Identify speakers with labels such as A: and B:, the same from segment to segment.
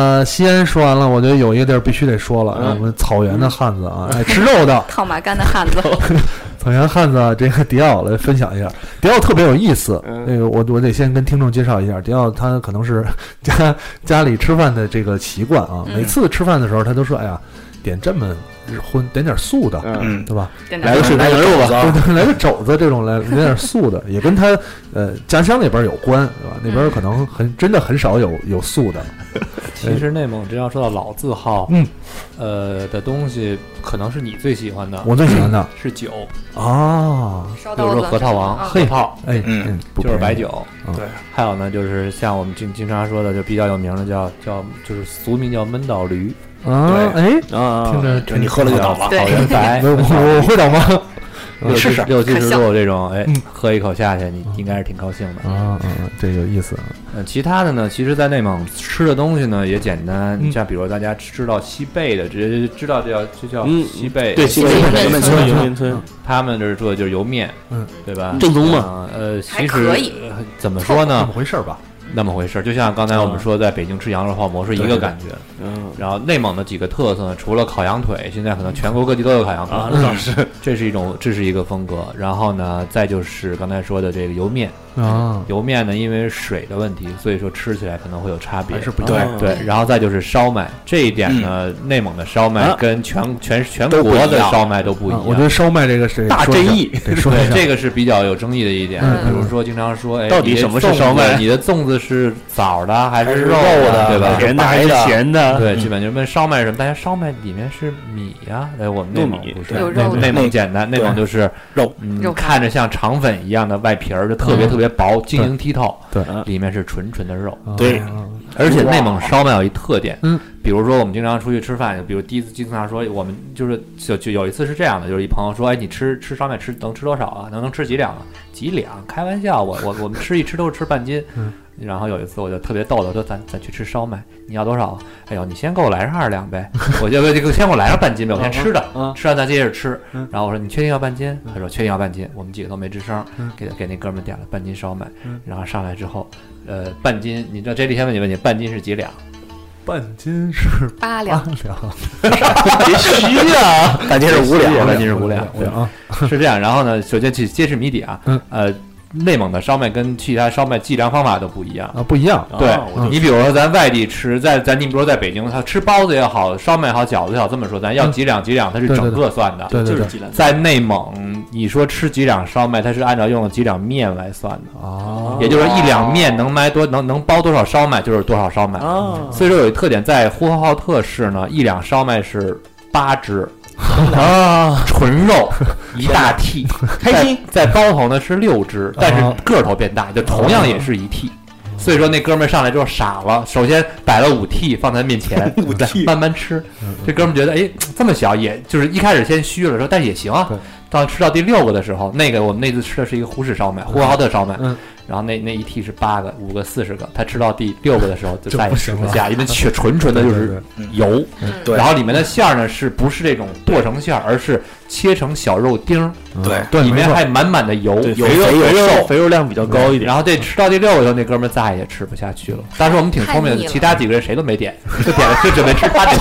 A: 呃，西安说完了，我觉得有一个地儿必须得说
B: 嗯
A: 了，哎我们草原的汉子 啊，爱吃肉的
C: 靠马干的汉子，
A: 草原汉子啊，这个迪奥来分享一下。迪奥特别有意思，
D: 嗯
A: 那个我我得先跟听众介绍一下，迪奥他可能是 家家里吃饭的这个习惯啊，
C: 嗯
A: 每次吃饭的时候他都说，哎呀，点这么荤，点点素的，
D: 嗯，
B: 嗯，
A: 对吧？
C: 真的
B: 来个水来个肉吧，
A: 对 对，来个肘子这种来来点素的， 也跟他呃家乡那边有关，对吧？那边可能很真的很少有有素的，
E: 其实内蒙真要说到老字号，
A: 嗯，
E: 呃的东西，可能是你最喜欢的，
A: 我最喜欢的
E: 是酒，
A: 啊，
C: 烧
E: 比如
C: 刀
E: 说
C: 子，
E: 核桃王、
C: 嗯
E: 核桃，
A: 哎，
B: 嗯
A: 不
E: 就是白
A: 便宜
E: 酒。
A: 嗯
D: 对，
E: 还有呢，就是像我们经经常说的，就比较有名的叫叫，就是俗名叫闷倒驴，
A: 啊，哎，
B: 啊，
A: 听着
B: 就你喝了就倒了，
C: 对
E: 好人白，
A: 我我我会倒吗？ 啊
E: 六
B: 试
E: 七
B: 试
E: 六七十
C: 可笑
E: 度这种，哎
A: 嗯，
E: 喝一口下去，你应该是挺高兴的。
A: 啊，嗯这有意思啊，
E: 呃，其他的呢，其实，在内蒙吃的东西呢也简单，
A: 嗯
E: 像比如大家知道西贝的，直接知道这叫这叫
D: 嗯
E: 西贝，
B: 对，西北
C: 西
B: 油
C: 北
D: 村
B: 面村
D: 油面村，
E: 他们这是做的就是油面，
A: 嗯，
E: 对吧？
B: 正宗嘛，
E: 嘛，呃，其
C: 还
E: 实
C: 可以
E: 呃怎么说
A: 那
E: 呢
A: 么？回事儿吧？
E: 那么回事儿，就像刚才我们
B: 啊
E: 说，在北京吃羊肉泡馍是一
B: 对
E: 个
B: 对
E: 感觉。
D: 嗯，
E: 然后内蒙的几个特色呢，除了烤羊腿，现在可能全国各地都有烤羊腿，
B: 啊，那倒是，
E: 这是一种这是一个风格。然后呢，再就是刚才说的这个油面，
A: 啊，
E: 油面呢因为水的问题，所以说吃起来可能会有差别
A: 还。是不一
B: 对
A: 样。
E: 对，然后再就是烧麦这一点呢，内蒙的烧麦
B: 啊
E: 跟全全全
B: 都
E: 国
B: 不一
E: 的
B: 样
E: 烧麦都不一
A: 啊
E: 样。
A: 我觉得烧麦这个是
B: 大
A: 说一下
B: 争议
A: 得说一
E: 对，
A: 下
E: 这个是比较有争议的一点
A: 嗯，
E: 比如说经常说，哎，
B: 到底
E: 你这
B: 什么是
E: 粽子
B: 烧麦
E: 你的粽子是枣的还是
B: 是
E: 肉
B: 的，
E: 对吧？
B: 甜的还是咸
A: 嗯
B: 的，
E: 对，基本就是问烧麦是什么，大家烧麦里面是米呀，哎，我们内蒙
B: 糯米
E: 不是
B: 对嗯
C: 有，
E: 内
C: 肉的
E: 内蒙简单，内蒙就是
B: 肉，
E: 嗯
C: 肉，
E: 看着像肠粉一样的外皮儿，就特别
A: 嗯
E: 特别薄，晶莹剔透，
A: 对
E: 里面是纯纯的肉。
A: 啊
B: 对
A: 啊
E: 而且内蒙烧麦有一特点，
A: 嗯，
E: 比如说我们经常出去吃饭，比如第一次经常说我们就是就就有一次是这样的，就是一朋友说，哎，你吃吃烧麦吃能吃多少啊？能能吃几两啊？几两？开玩笑，我我我们吃一吃都是吃半斤。
A: 嗯
E: 然后有一次我就特别逗的，我说咱咱去吃烧麦，你要多少啊？哎呦，你先给我来上二 两呗，我就就先给我来上半斤呗，我先吃着，
D: 嗯
E: 吃完咱接着吃。
D: 嗯
E: 然后我说你确定要半斤？他说确定要半斤，我们几个都没吱声，
A: 嗯
E: 给给那哥们儿点了半斤烧麦，
D: 嗯
E: 然后上来之后。呃，半斤，你知道这里先问你问你，半斤是几两？
A: 半斤是
C: 八
A: 八
C: 两，
A: 两，
B: 别虚啊，半斤是五两，
E: 半斤是五两，
A: 对啊，
E: 是这样。然后呢，首先去揭示谜底啊，
A: 嗯
E: 呃，内蒙的烧麦跟其他烧麦计量方法都不一样。
A: 啊不一样。
E: 对、
B: 啊
A: 我就
F: 嗯
E: 你，比如说咱外地吃，在咱你比如说在北京，他吃包子也好，烧麦也好，饺子也好，这么说，咱要
A: 嗯
E: 几两几两，它是
A: 对对
E: 整
A: 对
E: 个算的。
A: 对对
D: 就
A: 对
D: 是济南
E: 在内蒙，你说吃几两烧麦，它是按照用了几两面来算的，
A: 啊，
E: 也就是说一两面能买多能能包多少烧麦就是多少烧麦。
D: 啊，
E: 所以说有一特点，在呼和浩特市呢，一两烧麦是八只，
B: 啊，
E: 纯肉一大屉，
B: 开心，
E: 在包头呢是六只，但
A: 啊
E: 是个头变大，就同样也是一屉。所以说那哥们儿上来之后傻了，首先摆了五屉放在面前
B: 五屉
E: 慢慢吃
A: 嗯。
E: 这哥们儿觉得哎这么小，也就是一开始先虚了，说但是也行啊
A: 对。
E: 到吃到第六个的时候，那个我们那次吃的是一个呼市烧麦，呼和浩特烧麦，
A: 嗯
E: 然后那那一屉是八个，五个四十个，他吃到第六个的时候就
A: 就
E: 再也
A: 不
E: 吃
A: 行
E: 不
A: 了
E: 下，因为全纯纯的就
A: 对
E: 是
A: 对
E: 油。
C: 嗯
B: 对
E: 然后里面的馅儿呢，是不是这种剁成馅儿，而是切成小肉丁儿，
A: 嗯
B: 对
A: 对，
E: 里
A: 没
E: 面
A: 错
E: 还满满的油，
B: 对
E: 有
B: 肥肉
E: 肥
B: 肥肉
E: 瘦。
D: 肥肉量比较高一
F: 嗯
D: 点，
E: 然后这吃到第六个时候，那哥们儿再也吃不下去了。当时我们挺聪明
C: 太腻
E: 的，
C: 了
E: 其他几个人谁都没点，就点了就准备吃他点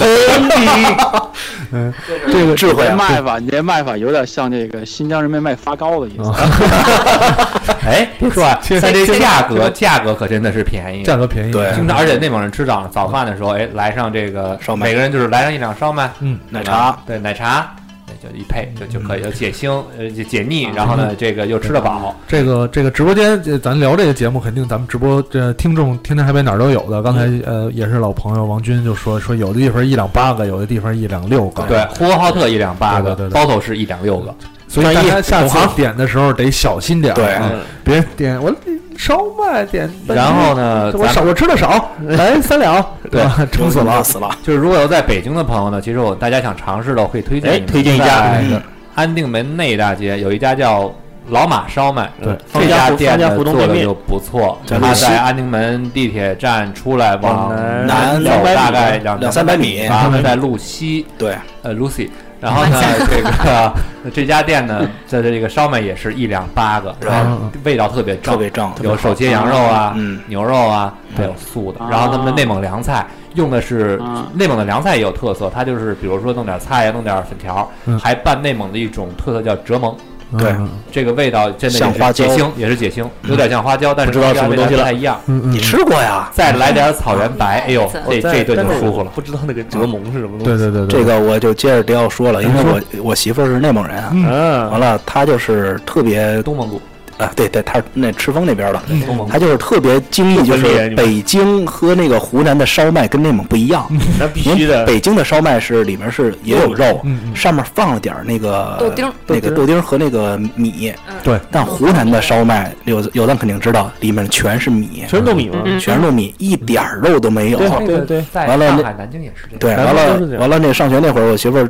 E: 的。
A: 这个
B: 智慧啊，
F: 卖法，你这卖法有点像这个新疆人民卖发糕的意思。
C: 啊
E: 哎，别说啊，
A: 其实嗯
E: 但这价格价格可真的是便宜。
A: 价格便宜，啊
B: 对
E: 经常，而且内蒙人吃早早饭的时候，哎，来上这个
B: 烧麦
E: 每个人就是来上一两烧麦，
A: 嗯，
B: 奶茶，
E: 对奶茶，对就一配就就可以了解腥，呃解解腻，
A: 嗯
E: 然后呢这个又吃得饱，
A: 这个这个直播间，这咱聊这个节目，肯定咱们直播这听众天南海北哪儿都有的。刚才
B: 嗯
A: 呃也是老朋友王军就说说，有的地方一两八个，有的地方一两六个，
E: 对，，呼和浩特一两八个
A: 对对，对
E: 包头是一两六个，
A: 所以大家下次点的时候得小心点儿，
B: 对
A: 啊别点我烧麦点，嗯
E: 然后呢，
A: 我
E: 咱
A: 少
E: 们
A: 我吃的少，
B: 嗯
A: 来三两，
E: 对
A: 吧撑死了，
B: 死了，
E: 就是如果有在北京的朋友呢，其实我大家想尝试的，我可以推荐
B: 哎
E: 你们
B: 推荐一家
E: 在
B: 嗯
E: 安定门内大街有一家叫老马烧麦，
A: 对
E: 这家店
D: 方家
E: 呢
D: 胡同
E: 做
D: 对
E: 的
D: 面
E: 就不错，
B: 在
E: 它
B: 路西
E: 在安定门地铁站出来往
D: 往南
E: 南走
B: 两百米
E: 大概两
B: 两三百米
E: 然后在路西
B: 对，
E: 呃 Lucy。然后呢， 这个这家店呢，在这个烧麦也是一两八个，然后味道特别
B: 特
E: 正，
B: 别正，
E: 有手切羊肉啊，
B: 嗯，
E: 牛肉啊，还
A: 对
E: 有素的。
F: 啊
E: 然后他们的内蒙凉菜用的是
F: 啊
E: 内蒙的凉菜也有特色，它就是比如说弄点菜呀，弄点粉条
A: 嗯，
E: 还拌内蒙的一种特色叫折蒙，
B: 对
A: 嗯
E: 这个味道真的
B: 像
E: 也
B: 花
E: 是
B: 椒嗯
E: 解腥，也是解腥，有点像花椒，但是
B: 不知道什
E: 跟
B: 么
E: 味道
B: 东西
E: 不
B: 了
E: 太一样。
A: 嗯嗯，
B: 你吃过呀？
E: 再来点草原白，哎呦，这这顿就舒服了。
C: 不知道那个折蒙是什么
A: 对
C: 东西。
A: 对对
B: 这
A: 对，
B: 个我就接着迪奥说了，因为我我媳妇儿是内蒙人啊，
C: 嗯
B: 完了她就是特别
E: 东蒙古，
B: 啊，对对，她是那赤峰那边的，
E: 东蒙古
B: 她就是特别惊异，就
C: 分裂
B: 是
C: 你们
B: 北京和那个湖南的烧麦跟内蒙不一样，
C: 那必须
B: 您
C: 的。
B: 北京的烧麦是里面是也有肉，
A: 嗯嗯
B: 上面放了点儿那个
D: 豆丁儿
B: 那个豆丁儿和那个米。
D: 嗯
A: 对，
B: 但湖南的烧麦，有有咱肯定知道，里面全是米，
C: 全是糯米吗？
B: 全是糯米，一点儿肉都没有。
C: 对对对
E: 哦在
B: 完了
E: 上
B: 那
E: 海、南京也是这样。
B: 对，
C: 咱
B: 完
C: 们都是这
B: 了
C: 样
B: 完了，那上学那会儿，我媳妇儿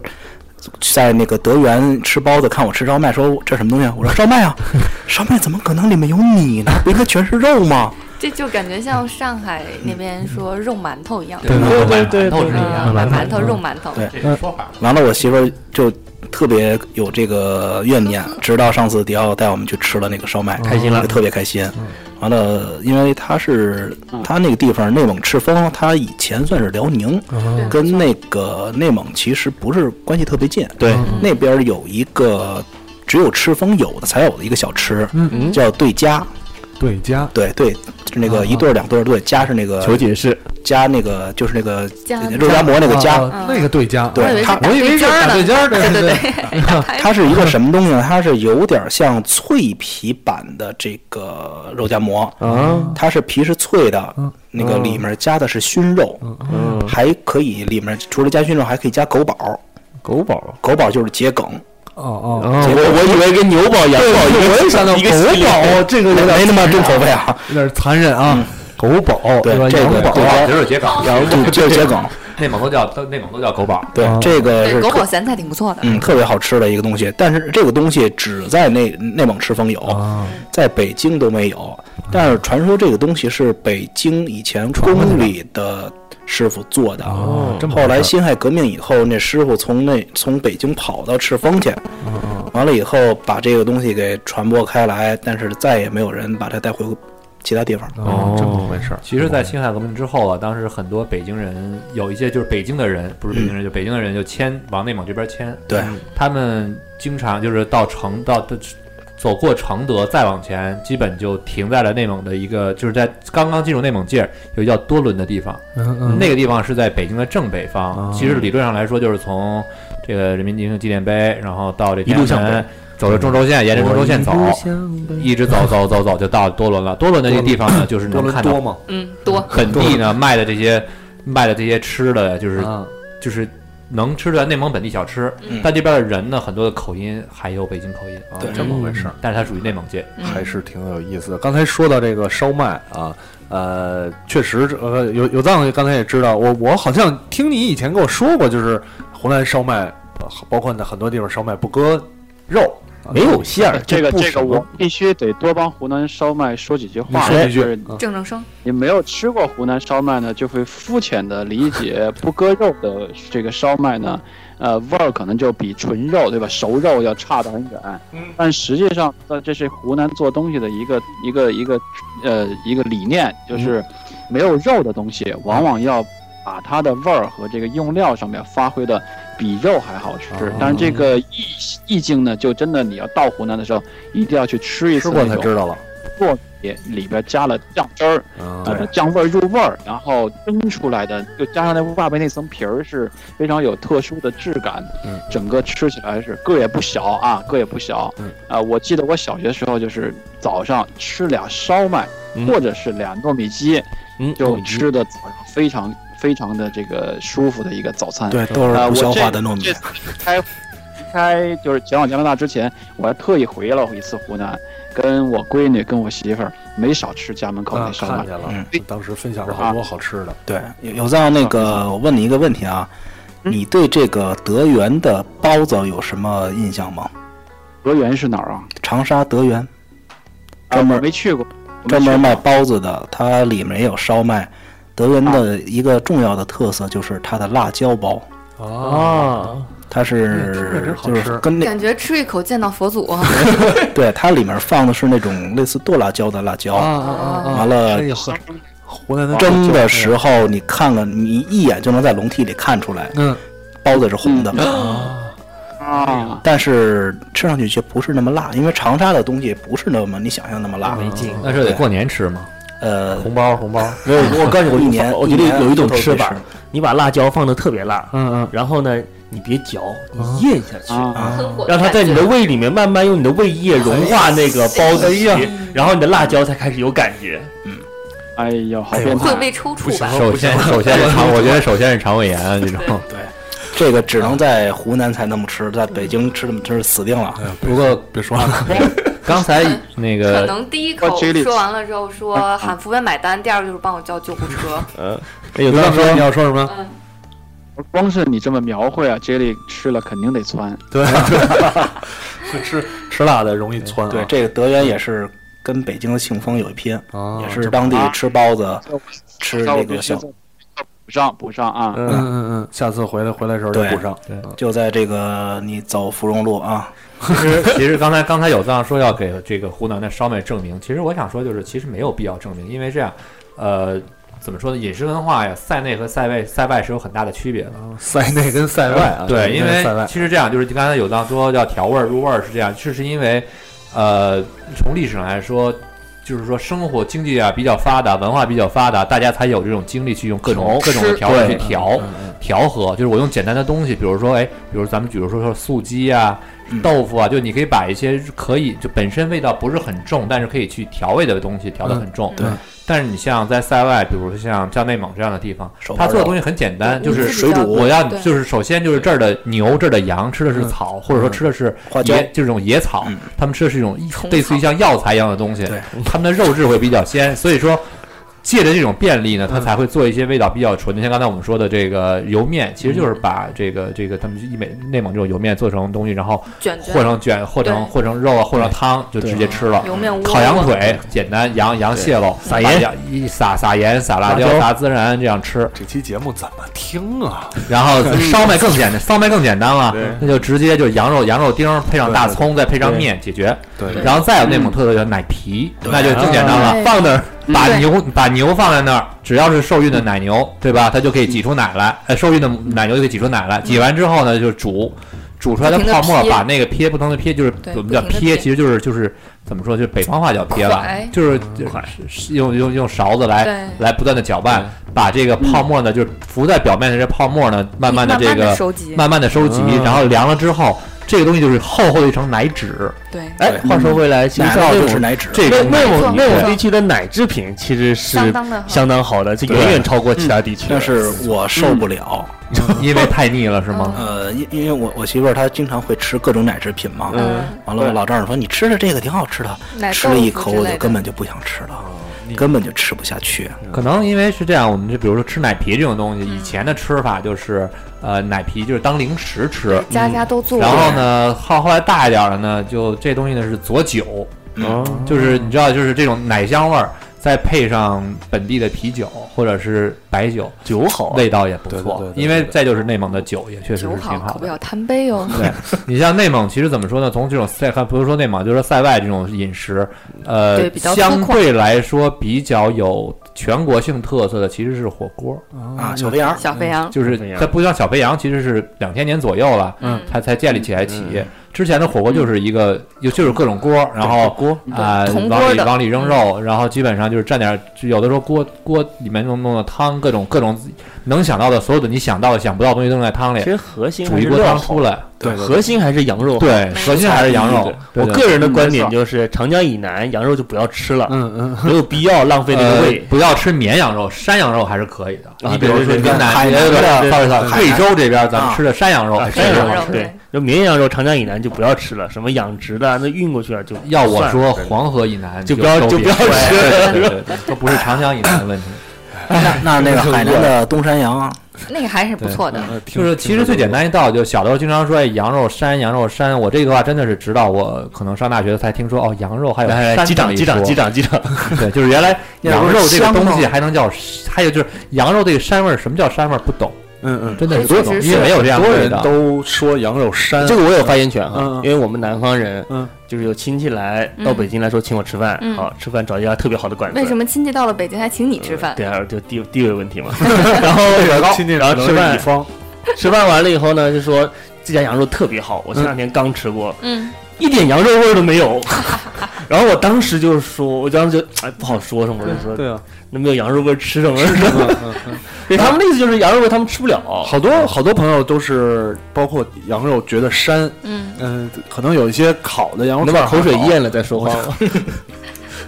B: 在那个德源吃包子，看我吃烧麦，说这什么东西啊？我说烧麦啊，烧麦怎么可能里面有米呢？不应该全是肉吗？
D: 这就感觉像上海那边说肉馒头一样，
A: 对
C: 对对对
E: 馒头是这样。
D: 嗯，买馒头
A: 嗯
D: 肉馒头，
B: 对
E: 这个说法，
B: 完了，我媳妇儿就特别有这个怨念，直到上次迪奥带我们去吃了那个烧麦，
A: 开
C: 嗯心了
B: 特别开心
A: 嗯。
B: 完了，因为他是
F: 嗯
B: 他那个地方内蒙赤峰，他以前算是辽宁，
A: 嗯
B: 跟那个内蒙其实不是关系特别近。
C: 对
A: 嗯
B: 那边有一个只有赤峰有的才有的一个小吃，
A: 嗯，
B: 叫对家。
A: 对家
B: 对对，就是那个一对儿两对儿对，家是那个
C: 求解释，
B: 加那个就是那个
D: 加
B: 肉夹馍那个家。
A: 啊那个对家，
D: 我以为
B: 对
D: 是
B: 他
D: 打
A: 我以为
D: 对
A: 是
D: 尖儿
A: 打
D: 呢，
A: 对尖儿的
D: 对
A: 对
D: 对，打开
B: 它是一个什么东西呢？它是有点像脆皮版的这个肉夹馍
C: 啊，
B: 它是皮是脆的
A: 嗯，
B: 那个里面加的是熏肉，
C: 嗯，
B: 还可以里面除了加熏肉，还可以加狗宝，
C: 狗宝，
B: 狗宝就是桔梗，
A: 哦哦，
B: 嗯
C: 啊，我我以为跟牛宝、羊宝一个
A: 我也想到
C: 一
A: 狗
C: 个系列
A: 宝，这个
B: 没
A: 有点
B: 没那么重口味啊。
A: 有点残忍啊，狗宝
B: 嗯对
A: 吧？
B: 这个
A: 羊宝
B: 对
E: 也是桔梗，
B: 就就是桔梗，
E: 内蒙都叫都内蒙都叫狗宝。
B: 对
A: 啊，
B: 这个
D: 对
B: 是
D: 狗
B: 特
D: 宝咸菜挺不错的，
B: 嗯特别好吃的一个东西。但是这个东西只在内内蒙赤峰有，
A: 啊，
B: 在北京都没有。但是传说这个东西是北京以前宫里的师傅做的。
A: 哦这么
B: 后来
A: 回事
B: 辛亥革命以后，那师傅从那从北京跑到赤峰去，
A: 嗯
B: 完了以后把这个东西给传播开来，但是再也没有人把它带回其他地方。
A: 哦，这么回事儿。
E: 其实，在辛亥革命之后啊，当时很多北京人，有一些就是北京的人，不是北京人，就北京的人就迁往内蒙这边迁。
B: 对，
E: 他们经常就是到承到走过承德，再往前，基本就停在了内蒙的一个，就是在刚刚进入内蒙界儿有一个叫多伦的地方。
A: 嗯嗯，
E: 那个地方是在北京的正北方。
A: 哦
E: 其实理论上来说，就是从这个人民英雄纪念碑，然后到这
C: 一路向
E: 天安门
C: 北，
E: 走着中轴线，沿着中轴线
A: 哦
E: 走，一直走走走走就到多伦了。多伦的这个地方呢，就是能看到
A: 吗？
D: 嗯，多
E: 本地 呢卖的这些卖的这些吃的，
C: 啊
E: 就是就是能吃的内蒙本地小吃
D: 嗯。
E: 但这边的人呢，很多的口音还有北京口音啊，
B: 对
E: 这么回
A: 嗯
E: 事儿。但是它属于内蒙界，
D: 嗯
A: 还是挺有意思的。刚才说到这个烧麦啊，呃，确实，呃，有有藏刚才也知道，我我好像听你以前跟我说过，就是湖南烧麦，呃包括很多地方烧麦不搁肉，啊
C: 没有馅儿，
F: 这个啊
A: 不
F: 这个
A: 熟
F: 我必须得多帮湖南烧麦说几句
A: 你
F: 话。
A: 说一
F: 就是
A: 句，啊
D: 正正生，
F: 你没有吃过湖南烧麦呢，就会肤浅的理解不割肉的这个烧麦呢，呃，味儿可能就比纯肉对吧，熟肉要差得很远。嗯，但实际上，呃，这是湖南做东西的一个一个一个呃一个理念，
A: 嗯
F: 就是没有肉的东西，往往要把它的味儿和这个用料上面发挥的比肉还好吃。
A: 啊
F: 但是这个意意境呢，就真的你要到湖南的时候，一定要去吃一
A: 吃
F: 次
A: 过
F: 那
A: 才
F: 种
A: 知道了。
F: 糯米里边加了酱汁儿。
A: 啊
F: 呃，酱味儿入味儿，然后蒸出来的，就加上那外边那层皮儿是非常有特殊的质感，
A: 嗯，
F: 整个吃起来是个也不小啊，个也不小，
A: 嗯，
F: 啊、我记得我小学时候就是早上吃俩烧麦，
C: 嗯
F: 或者是俩糯米鸡，
C: 嗯
F: 就吃的早上非常非常的这个舒服的一个早餐。
B: 对，都是
F: 啊，
B: 不
F: 我
B: 消
F: 这
B: 化的糯米
F: 这。次开开就是前往加拿大之前，我还特意回了一次湖南，跟我闺女跟我媳妇儿没少吃家门口那
A: 啊
F: 烧麦
A: 看。见了
B: 嗯，
A: 当时分享了好多好吃的。
B: 对，有有藏那个，
F: 嗯
B: 我问你一个问题啊，你对这个德源的包子有什么印象吗？
F: 德源是哪儿啊？
B: 长沙德源专
F: 啊
B: 门
F: 我没去过，我没
B: 专
F: 去
B: 门
F: 过
B: 卖包子的，它里面也有烧麦。
F: 啊
B: 德源的一个重要的特色就是它的辣椒包，
A: 啊，
C: 啊，
B: 它
A: 嗯听着真
B: 是
A: 好
B: 就
A: 吃
B: 是跟那
D: 感觉吃一口见到佛祖，
B: 对它里面放的是那种类似剁辣椒的辣椒，
F: 啊
B: 完了
A: 哎呦呵，湖南的
B: 蒸的时候你看了，你一眼就能在笼屉里看出来，
A: 嗯，
B: 包子是红的，
F: 嗯啊，
B: 但是吃上去却不是那么辣，因为长沙的东西不是那么你想象那么辣。
C: 劲
E: 那是得过年吃吗？
B: 呃，
C: 红包红包，没有，我告诉你，我
B: 一年
C: 我觉得
B: 一年
C: 有一种
B: 都是
C: 吃法
B: 吃，
C: 你把辣椒放的特别辣，啊
A: 嗯嗯，
C: 然后呢，你别嚼，你咽下去，
F: 啊，
C: 让它在你的胃里面慢慢用你的胃液融化那个包子皮，然后你的辣椒才开始有感觉。
F: 哎呦，好变
D: 会
F: 态！
D: 被抽搐吧？
E: 首先首先是肠，我觉得首先是肠胃炎啊这种。
B: 这个只能在湖南才那么吃，在北京吃这么吃死定了。
A: 不过哎啊别说了，
E: 刚才那
D: 可
E: 个
D: 能第一口
F: Jelly
D: 说完了之后说喊服务员买单，第二个就是帮我叫救护车。
C: 哎呦，
A: 刘
C: 刚
A: 亮
C: 说
A: 说你要说什么？
D: 嗯，
F: 光是你这么描绘啊，Jelly 吃了肯定得窜。
A: 对，吃吃辣的容易
C: 嗯
A: 窜啊，
B: 对，这个德源也是跟北京的庆丰有一拼，
A: 啊，
C: 嗯
B: 也是当地吃包子，吃
F: 那
B: 那
F: 我
B: 个
F: 必须
B: 小
F: 再补上补上啊！
A: 嗯嗯嗯，下次回来回来的时候就
B: 对
A: 补上，啊
B: 就在这个你走芙蓉路啊，
E: 其实其实刚才刚才有藏说要给这个湖南的烧麦证明，其实我想说就是其实没有必要证明，因为这样，呃，怎么说呢？饮食文化呀，塞内和塞外塞外是有很大的区别的。
A: 塞内跟塞外啊，
E: 对，因为
A: 塞外，
E: 其实这样就是刚才有当说要调味儿入味儿是这样，这是因为，呃，从历史上来说，就是说生活经济啊比较发达，文化比较发达，大家才有这种精力去用各种各种的调味去调
A: 嗯
E: 调和。就是我用简单的东西，比如说哎，比如咱们比如说说素鸡啊、
B: 嗯
E: 豆腐啊，就你可以把一些可以就本身味道不是很重，但是可以去调味的东西调得很重。
A: 嗯
D: 对
E: 但是你像在塞外，比如说像像内蒙这样的地方
B: 手，
E: 他
B: 扒
E: 做的
B: 肉
E: 东西很简单，就
D: 我
E: 是
D: 自己比较
B: 水煮
E: 我要
D: 对
E: 就是首先就是这儿的牛，这儿的羊吃的是草，或者说吃的是
B: 花椒
E: 野，就是这种野草
B: 嗯，
E: 他们吃的是一种
D: 虫
E: 类似于
D: 草
E: 像药材一样的东西
B: 对，
E: 他们的肉质会比较鲜，所以说。借着这种便利呢，他才会做一些味道比较纯的，像刚才我们说的这个油面，其实就是把这个这个他们一美内蒙这种油面做成东西，然后
D: 卷
E: 和
D: 卷
E: 成卷，和成
D: 对嗯
E: 和成肉啊，和成汤就直接吃了。
D: 油面窝
E: 烤羊腿简单，羊羊蟹肉，撒
C: 盐，
E: 一撒撒盐，撒辣椒
C: 辣，椒
E: 撒孜然，这样吃。
A: 这期节目怎么听啊？
E: 然后烧麦更简单，烧麦更简单了
C: 嗯对，
E: 那就直接就羊肉羊肉丁儿配上大葱，再配上
C: 对
E: 面解决。
A: 对
E: 然后再有内蒙特色的奶皮，那就更简单了，
D: 嗯对
E: 放那儿
F: 嗯
E: 把牛把牛放在那儿，只要是受孕的奶牛，对吧？它就可以挤出奶来，呃，受孕的奶牛就可以挤出奶来。挤完之后呢，就煮。煮出来的
D: 不停地
E: 泡沫，
D: 撇
E: 把那个撇不同的撇，就是
D: 对
E: 我们叫
D: 不停地
E: 撇，
D: 撇
E: 其实就是就是怎么说，就是北方话叫撇吧
D: 蒯，
E: 就是
C: 嗯
E: 就是用用用勺子来
D: 对
E: 来不断的搅拌，把这个泡沫呢，就是浮在表面的这泡沫呢，慢慢的这
D: 慢
E: 个
D: 地收集，
E: 嗯慢慢的收集，
C: 嗯
E: 然后凉了之后，这个东西就是厚厚的一层奶纸。
D: 对，
C: 哎，话说回来，其实
B: 奶
C: 像
B: 酪
C: 这
B: 就
C: 种
B: 是奶纸，
E: 这
C: 内
E: 种
C: 内蒙
D: 没错
C: 内
D: 没
C: 蒙
D: 错
C: 地区的奶制品其实是
D: 相当的好
C: 相当好的，就
E: 对
C: 远远超过其他地区的。
B: 但是我受不了。
E: 因为太腻了是吗？
B: 呃，因因为我我媳妇儿她经常会吃各种奶制品嘛，
D: 嗯，
B: 完了我老丈人说你吃的这个挺好吃的
D: 奶，
B: 吃了一
D: 豆腐
B: 口
D: 之
B: 我
D: 类
B: 就
D: 的
B: 根本就不想吃了，根本就吃不下去。
C: 嗯
E: 可能因为是这样，我们就比如说吃奶皮这种东西，以前的吃法就是呃奶皮就是当零食吃，
D: 家家都做。
E: 然后呢后后来大一点了呢，就这东西呢是佐酒，啊
C: 哦，
E: 就是你知道就是这种奶香味儿，再配上本地的啤酒或者是白酒，
C: 酒好啊，
E: 味道也不
A: 对对
E: 错
A: 对。对
E: 因为再就是内蒙的酒也确实是
D: 酒好，
E: 挺好
D: 可不
E: 的。
D: 要贪杯哦。
E: 对你像内蒙，其实怎么说呢？从这种塞，还不是说内蒙，就是说塞外这种饮食，呃
D: 对，比较粗犷
E: 相对来说比较有全国性特色的其实是火锅，
B: 啊，小肥羊，
D: 小肥羊，
E: 就是
C: 小肥羊
E: 它不像小肥羊，其实是两千年左右了，
D: 嗯
E: 它才建立起来
C: 嗯
E: 企业。之前的火锅就是一个，就就是各种锅，然后锅啊
D: 铜锅
E: 往里
D: 的嗯
E: 往里扔肉，然后基本上就是蘸点儿，就有的时候锅锅里面弄弄的汤，各种各种能想到的所有的你想到的想不到的东西都弄在汤
C: 其
E: 里，
C: 实核心
E: 哎煮
C: 还
E: 一
C: 是
E: 锅
C: 肉
E: 汤
C: 好
E: 出。来。
A: 对对
C: 核心还是羊肉。
E: 对，核心还是羊肉。
C: 我
E: 对对
C: 个人的观点
F: 嗯
C: 就是，长江以南羊肉就不要吃了，
A: 嗯嗯，
C: 没有必要浪费这个
E: 呃
C: 胃。
E: 不要吃绵羊肉，山羊肉还是可以的。
C: 啊
E: 你比如
C: 对
E: 说
C: 对对
E: 云南、
B: 海南
E: 对对
C: 对对
E: 对，sorry
C: 对
E: sorry，贵州这边咱们
B: 啊
E: 吃的山羊肉，
C: 啊
E: 哎
C: 山
E: 这
C: 羊
E: 个
C: 肉
E: 好吃
C: 对，就绵阳羊肉、长江以南就不要吃了，什么养殖的啊那运过去了就
E: 要我
C: 算
E: 说，
C: 了
E: 黄河以南
C: 就不要
E: 都
C: 就
E: 别
C: 不要吃
E: 对对对对对，都不是长江以南的问题。
B: 那那那个海南的东山羊啊，
D: 那个还是不错
A: 嗯
D: 的。
E: 就是其实最简单一道，就小的时候经常说哎羊肉山羊肉山，我这个话真的是直到我可能上大学才听说哦羊肉还有
C: 来来来，
E: 山
G: 哎
C: 击掌
E: 这么一
C: 击掌
E: 说
C: 击掌击掌，
E: 对，就是原来
B: 那
E: 羊
B: 不是
E: 肉这个
B: 香
E: 东西
B: 吗
E: 还能叫，还有就是羊肉这个膻味儿，什么叫膻味儿不懂，
A: 嗯嗯，
G: 真的是
D: 确
G: 不
D: 实
G: 懂，
D: 是
G: 因为没有这样
A: 很
G: 的
A: 多
G: 味
A: 人
G: 道。
A: 都说羊肉膻，
G: 这个我有发言权
A: 嗯
G: 哈
A: 嗯，
G: 因为我们南方人，
A: 嗯，
G: 就是有亲戚来
D: 嗯
G: 到北京来说请我吃饭，
D: 嗯
G: 好吃饭找一家特别好的馆子，
D: 为什么亲戚到了北京还请你吃饭？
G: 对啊，就地地位问题嘛。 然后然后
A: 亲戚
G: 然后
A: 可能
G: 吃
A: 是
G: 饭
A: 乙方，
G: 吃饭完了以后呢，就说这家羊肉特别好，我前两天刚吃过，
D: 嗯，
G: 一点羊肉味儿都没有。 然后我当时就说，我当时就哎不好说什么，我就
D: 嗯
G: 说
A: 对啊，
G: 那没有羊肉味儿吃什么？
A: 嗯嗯嗯
G: 对他们的意思就是羊肉味儿他们吃不了，
A: 好多好多朋友都是包括羊肉觉得膻，
D: 嗯，
A: 嗯，可能有一些烤的羊肉
G: 能
A: 串儿
G: 把
A: 好，
G: 口水咽了再 说话。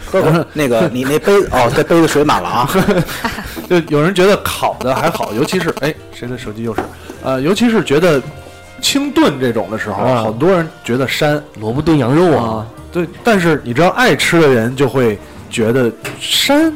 B: 喝口那个你那杯哦，这杯子水满了啊。
A: 就有人觉得烤的还 好，尤其是哎，谁的手机又是，呃，尤其是觉得清炖这种的时候，
G: 啊
A: 好多人觉得膻
G: 萝卜炖羊肉啊，，
A: 对，但是你知道爱吃的人就会觉得膻。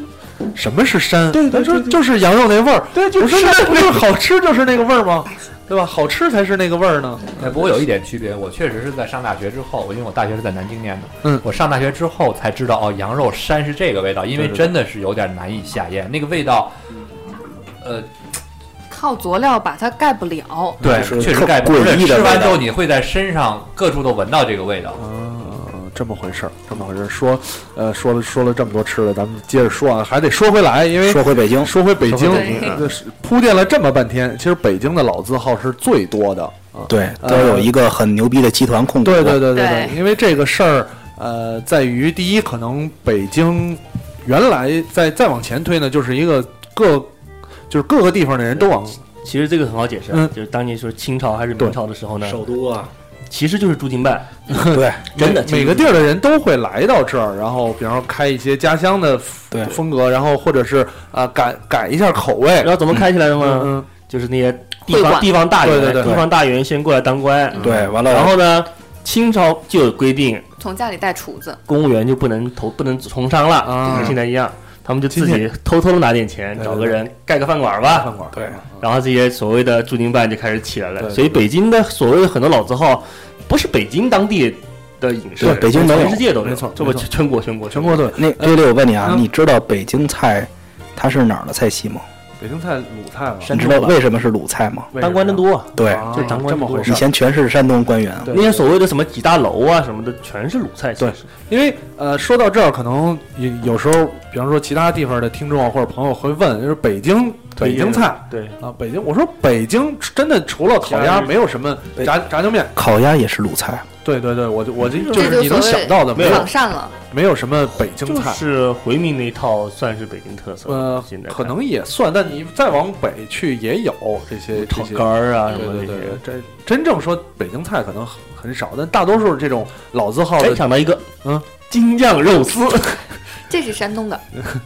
A: 什么是膻？对他说就是羊肉那味儿，对，就不是那不是好吃就是那个味儿吗？对吧？好吃才是那个味儿呢。
E: 哎，不过有一点区别，我确实是在上大学之后，因为我大学是在南京念的，
A: 嗯
E: 我上大学之后才知道哦，羊肉膻是这个味道，因
A: 对
E: 为
A: 对对
E: 真的是有点难以下咽，那个味道，呃，
D: 靠佐料把它盖不了。
E: 对，
B: 就是
E: 确实
B: 特
E: 盖不住。
B: 诡异的
E: 吃完
B: 味
E: 之
B: 道
E: 后，你会在身上各处都闻到这个味道。
A: 嗯，这么回事儿，这么回事儿。说，呃，说了说了这么多吃的，咱们接着说啊，还得说回来，因为
B: 说回北京，
A: 说回北京
D: 说回北京，
A: 这是铺垫了这么半天，其实北京的老字号是最多的啊。
B: 对，
A: 呃
B: 都有一个很牛逼的集团控股。
A: 对对对对
D: 对，
A: 因为这个事儿，呃，在于第一，可能北京原来再再往前推呢，就是一个各就是各个地方的人都往
G: 其实这个很好解释啊，
A: 嗯
G: 就是当年说清朝还是明朝的时候呢，
B: 都啊，
G: 其实就是驻京办，
B: 对，
G: 真的
A: 每每个地儿的人都会来到这儿，然后比方说开一些家乡的
B: 对
A: 风格，然后或者是啊改改一下口味
G: 然，后怎么开起来的
A: 哎嗯
G: 吗？
A: 嗯，
G: 就是那些地
D: 会
G: 方
D: 馆
G: 地方大
A: 对对对
G: 员，
A: 对嗯
G: 地方大员先过来当官，
B: 对，完了，
G: 然后呢，清朝就有规定，
D: 从家里带厨子，
G: 公务员就不能投不能从商了，
A: 啊
G: 就跟现在一样。他们就自
A: 今
G: 己偷偷拿点钱，
A: 对对
G: 找个人盖个饭馆
A: 大
G: 吧，
A: 饭馆，
B: 对
G: 然后这些所谓的驻京办就开始起来
A: 对
G: 了。
A: 对
G: 所以北京的所谓的很多老字号，不是北京当地的饮食
B: 对，北京没有
G: 全世界都有
A: 没错
G: 这不
A: 没错
G: 全国全国
A: 全国都有。
B: 那对对，我问你啊，
A: 嗯
B: 你知道北京菜它是哪儿的菜系吗？
A: 北京菜、鲁菜嘛，
G: 山
B: 你知
G: 东
B: 道
G: 吧
B: 为什么是鲁菜吗？
G: 当官的多啊，
B: 对，
A: 啊
G: 就当官
A: 这么
G: 多
A: 回事
B: 以
A: 儿。
B: 前全是山东官员。
A: 对
G: 那些所谓的什么几大楼啊什么的，全是鲁菜。
A: 对
G: 其实，
A: 因为呃，说到这儿，可能有有时候，比方说其他地方的听众啊或者朋友会问，就是北京北京菜
G: 对，
A: 啊，北京，我说北京真的除了烤鸭，
G: 鸭
A: 没有什么
B: 对
A: 炸炸酱面。
B: 烤鸭也是鲁菜，
A: 对对对，我就我就就
D: 这
A: 是你能
D: 就所
A: 想
D: 谓
A: 到的，没有
D: 仿膳了。
A: 没有什么北京
G: 就
A: 菜，
G: 是回民那一套算是北京特色。
A: 呃
G: 现，在
A: 可能也算，但你再往北去也有这些这
G: 炒
A: 些
G: 肝。儿啊什
A: 对
G: 么
A: 对
G: 的
A: 对
G: 这些
A: 对。，真真正说北京菜可能很很少，但大多数这种老字号
G: 哎，
A: 的
G: 想到一个，
A: 嗯，
G: 京酱肉丝，
D: 这是山东的，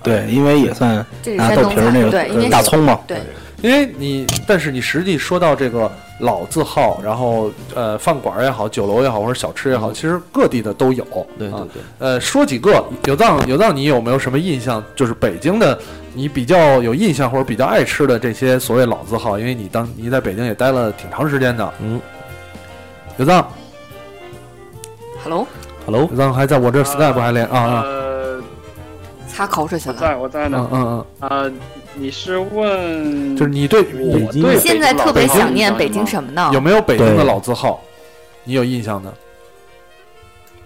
B: 对，因为也算
D: 这是
B: 拿
D: 山
B: 豆
D: 东
B: 皮儿那
D: 菜，
B: 个
D: 对，因
B: 呃
D: 为
B: 大葱嘛，
D: 对，
A: 因为你，但是你实际说到这个老字号，然后呃，饭馆儿也好，酒楼也好，或者小吃也好，其实各地的都有。
G: 对
A: 啊
G: 对对，
A: 呃，说几个，有藏有藏，你有没有什么印象？就是北京的，你比较有印象或者比较爱吃的这些所谓老字号，因为你当你在北京也待了挺长时间的。
G: 嗯，
A: 有藏，
D: Hello，
G: Hello，
A: 有藏还在我这儿 Skype 还连啊啊
F: 呃，
D: 擦口水去
F: 我
D: 了。
F: 在我在
A: 嗯
F: 呢。
A: 嗯
F: 呃，你是问
A: 嗯，就是你对
F: 我
A: 你
F: 对
D: 现在特别想念北京
F: 省
D: 什么呢
A: 有？没有北京的
B: 对
A: 老字号，你有印象的？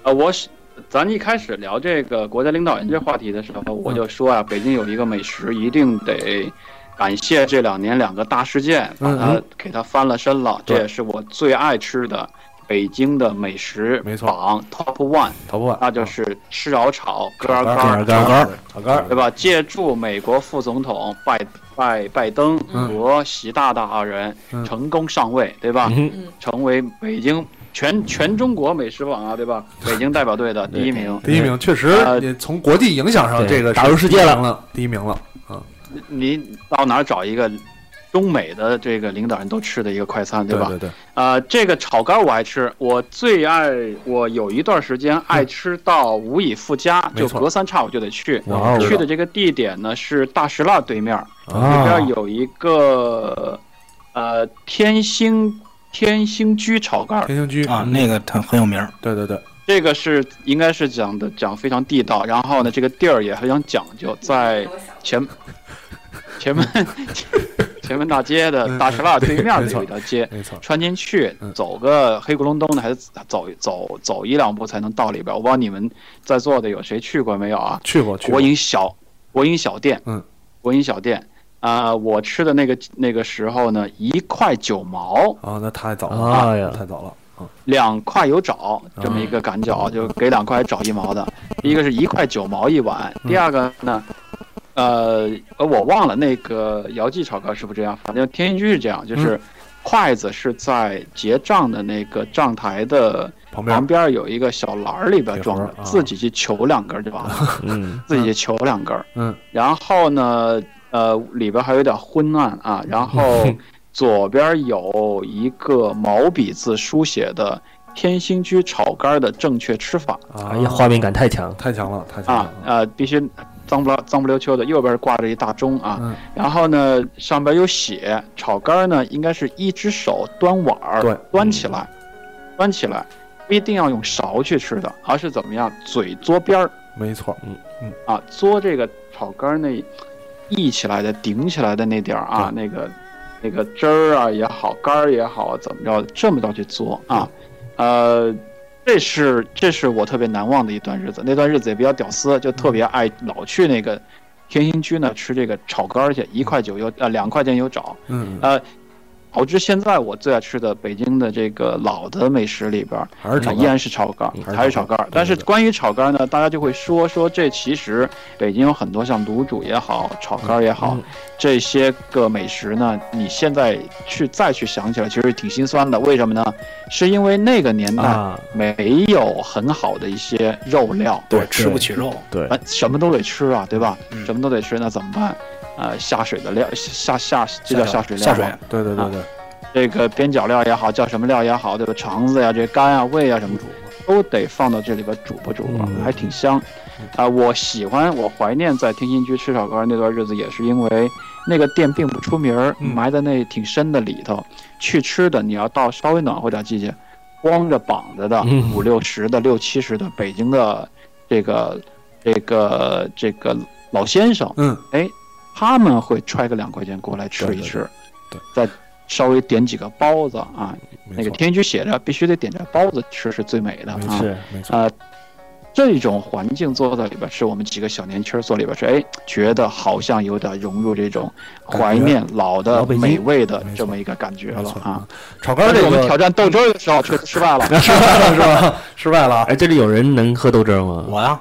F: 啊，我是咱一开始聊这个国家领导人
A: 嗯
F: 这话题的时候，我就说啊，北京有一个美食一定得。感谢这两年两个大事件，把
A: 嗯
F: 它
A: 嗯
F: 给它翻了身了。这
A: 对
F: 也是我最爱吃的北京的美食
A: 没错
F: 榜 Top One，
A: 淘宝
F: 那就是吃熬炒、鸽儿
A: 炒肝
F: 干儿、
B: 炒肝儿，
A: 炒肝儿，
F: 对吧？借助美国副总统拜拜拜登
A: 嗯
F: 和习大大二人
A: 嗯
F: 成功上位，对吧？
D: 嗯
F: 成为北京全全中国美食榜啊，对吧？北京代表队的第一名。
A: 第一名确实
F: 呃，
A: 也从国际影响上，
G: 对
A: 这个是
G: 打入世界了
A: 第一名了，第一名了。
F: 你到哪儿找一个中美的这个领导人都吃的一个快餐，对吧？
A: 对对，
F: 呃，这个炒肝我爱吃，我最爱，我有一段时间爱吃到无以复加，
A: 没
F: 就
A: 错
F: 隔三差五就得去。
A: 哇哦
F: 去的这个地点呢是大石栏对面儿，
A: 啊
F: 里边有一个呃天星天星居炒肝儿，
A: 天星居
B: 啊，那个它很有名儿。
A: 对对对，
F: 这个是应该是讲的讲非常地道，然 后呢这个地儿也非常讲究，在前前门 前门大街的大栅栏对面的有一条街，
A: 没错，
F: 穿进去
A: 嗯
F: 走个黑咕隆咚的，还得走走走一两步才能到里边。我不知道你们在座的有谁去过没有啊？
A: 去过去过
F: 国，营小国营小店，
A: 嗯，
F: 国营小店啊、我吃的那个那个时候呢，一块九毛，
A: 啊，那太早了，
G: 哎呀
A: 太早了，嗯
F: 两块有找，这么一个赶脚，就给两块找一毛的。一个是一块九毛一碗，
A: 嗯
F: 第二个呢，呃，呃我忘了那个姚记炒糕是不是这样，反正天津居是这样，就是筷子是在结账的那个账台的
A: 旁边
F: 旁边有一个小篮儿里边装着
A: 铁盒，啊
F: 自己去求两根儿就完了，
G: 嗯，
F: 自己去求两根儿。
A: 嗯，
F: 然后呢，呃，里边还有点昏暗啊，然后左边有一个毛笔字书写的“天兴居炒肝”的正确吃法
A: 啊，
G: 哎呀，画面感太强，
A: 太强了，太强
F: 啊
A: 了，，
F: 呃，必须脏不拉脏不溜秋的，右边挂着一大钟啊，
A: 嗯
F: 然后呢上边有写炒肝呢，应该是一只手端碗儿，
A: 对嗯
F: 端起来，端起来，不一定要用勺去吃的，而是怎么样，嘴嘬边儿。
A: 没错，嗯
F: 啊，嘬这个炒肝儿那溢起来的、顶起来的那点儿啊，那个那个汁儿啊也好，肝儿也好，怎么着，这么着去嘬啊，呃，这是这是我特别难忘的一段日子。那段日子也比较屌丝，就特别
A: 嗯
F: 爱老去那个天兴居呢吃这个炒肝儿去，一块九有呃两块钱有找，
A: 嗯，
F: 呃。导致现在我最爱吃的北京的这个老的美食里边儿，
A: 还是
F: 啊
A: 炒
F: 依
A: 肝，
F: 然是炒肝
A: 嗯，还
F: 还
A: 是
F: 是
A: 炒
F: 炒
A: 肝
F: 肝。但是关于炒肝呢，大家就会说说这其实北京有很多像卤煮也好，炒肝也好，这些个美食呢，你现在去再去想起来，其实挺心酸的。为什么呢？是因为那个年代
G: 啊，
F: 没有很好的一些肉料，
B: 对，吃不起肉，
G: 对，
F: 呃，什么都得吃啊，对吧？
B: 嗯
F: 什么都得吃，那怎么办？呃，下水的料，下下下这叫下水料
B: 下
F: 吗
B: 水。
A: 对对对对，
F: 这个边角料也好，叫什么料也好，对吧？肠子呀、这肝啊、胃啊什么煮，都得放到这里边煮吧煮吧，还挺香。啊、我喜欢，我怀念在天津居吃炒肝那段日子，也是因为那个店并不出名儿，埋在那挺深的里头。去吃的，你要到稍微暖和点季节，光着膀子的
G: 嗯
F: 五六十的、六七十的北京的这个这个这个老先生，
A: 嗯，
F: 哎，他们会揣个两块钱过来吃一吃，再稍微点几个包子啊。那
A: 没
F: 个
A: 错，
F: 天居写着必须得点着包子吃是最美的
A: 没
F: 啊
A: 错，。没错，
F: 呃，这种环境坐在里边吃，我们几个小年轻儿坐里边吃，哎，觉得好像有点融入这种怀念老的
G: 老北京
F: 美味的
A: 没错
F: 这么一个感觉
A: 没
F: 了
A: 错
F: 啊。，
A: 炒肝
F: 但是
A: 这
F: 我们
A: 个
F: 挑战豆汁儿的时候却失败了。
A: 失败 了是啊吧？失败了啊。
G: 哎，这里有人能喝豆汁儿吗？
B: 我呀，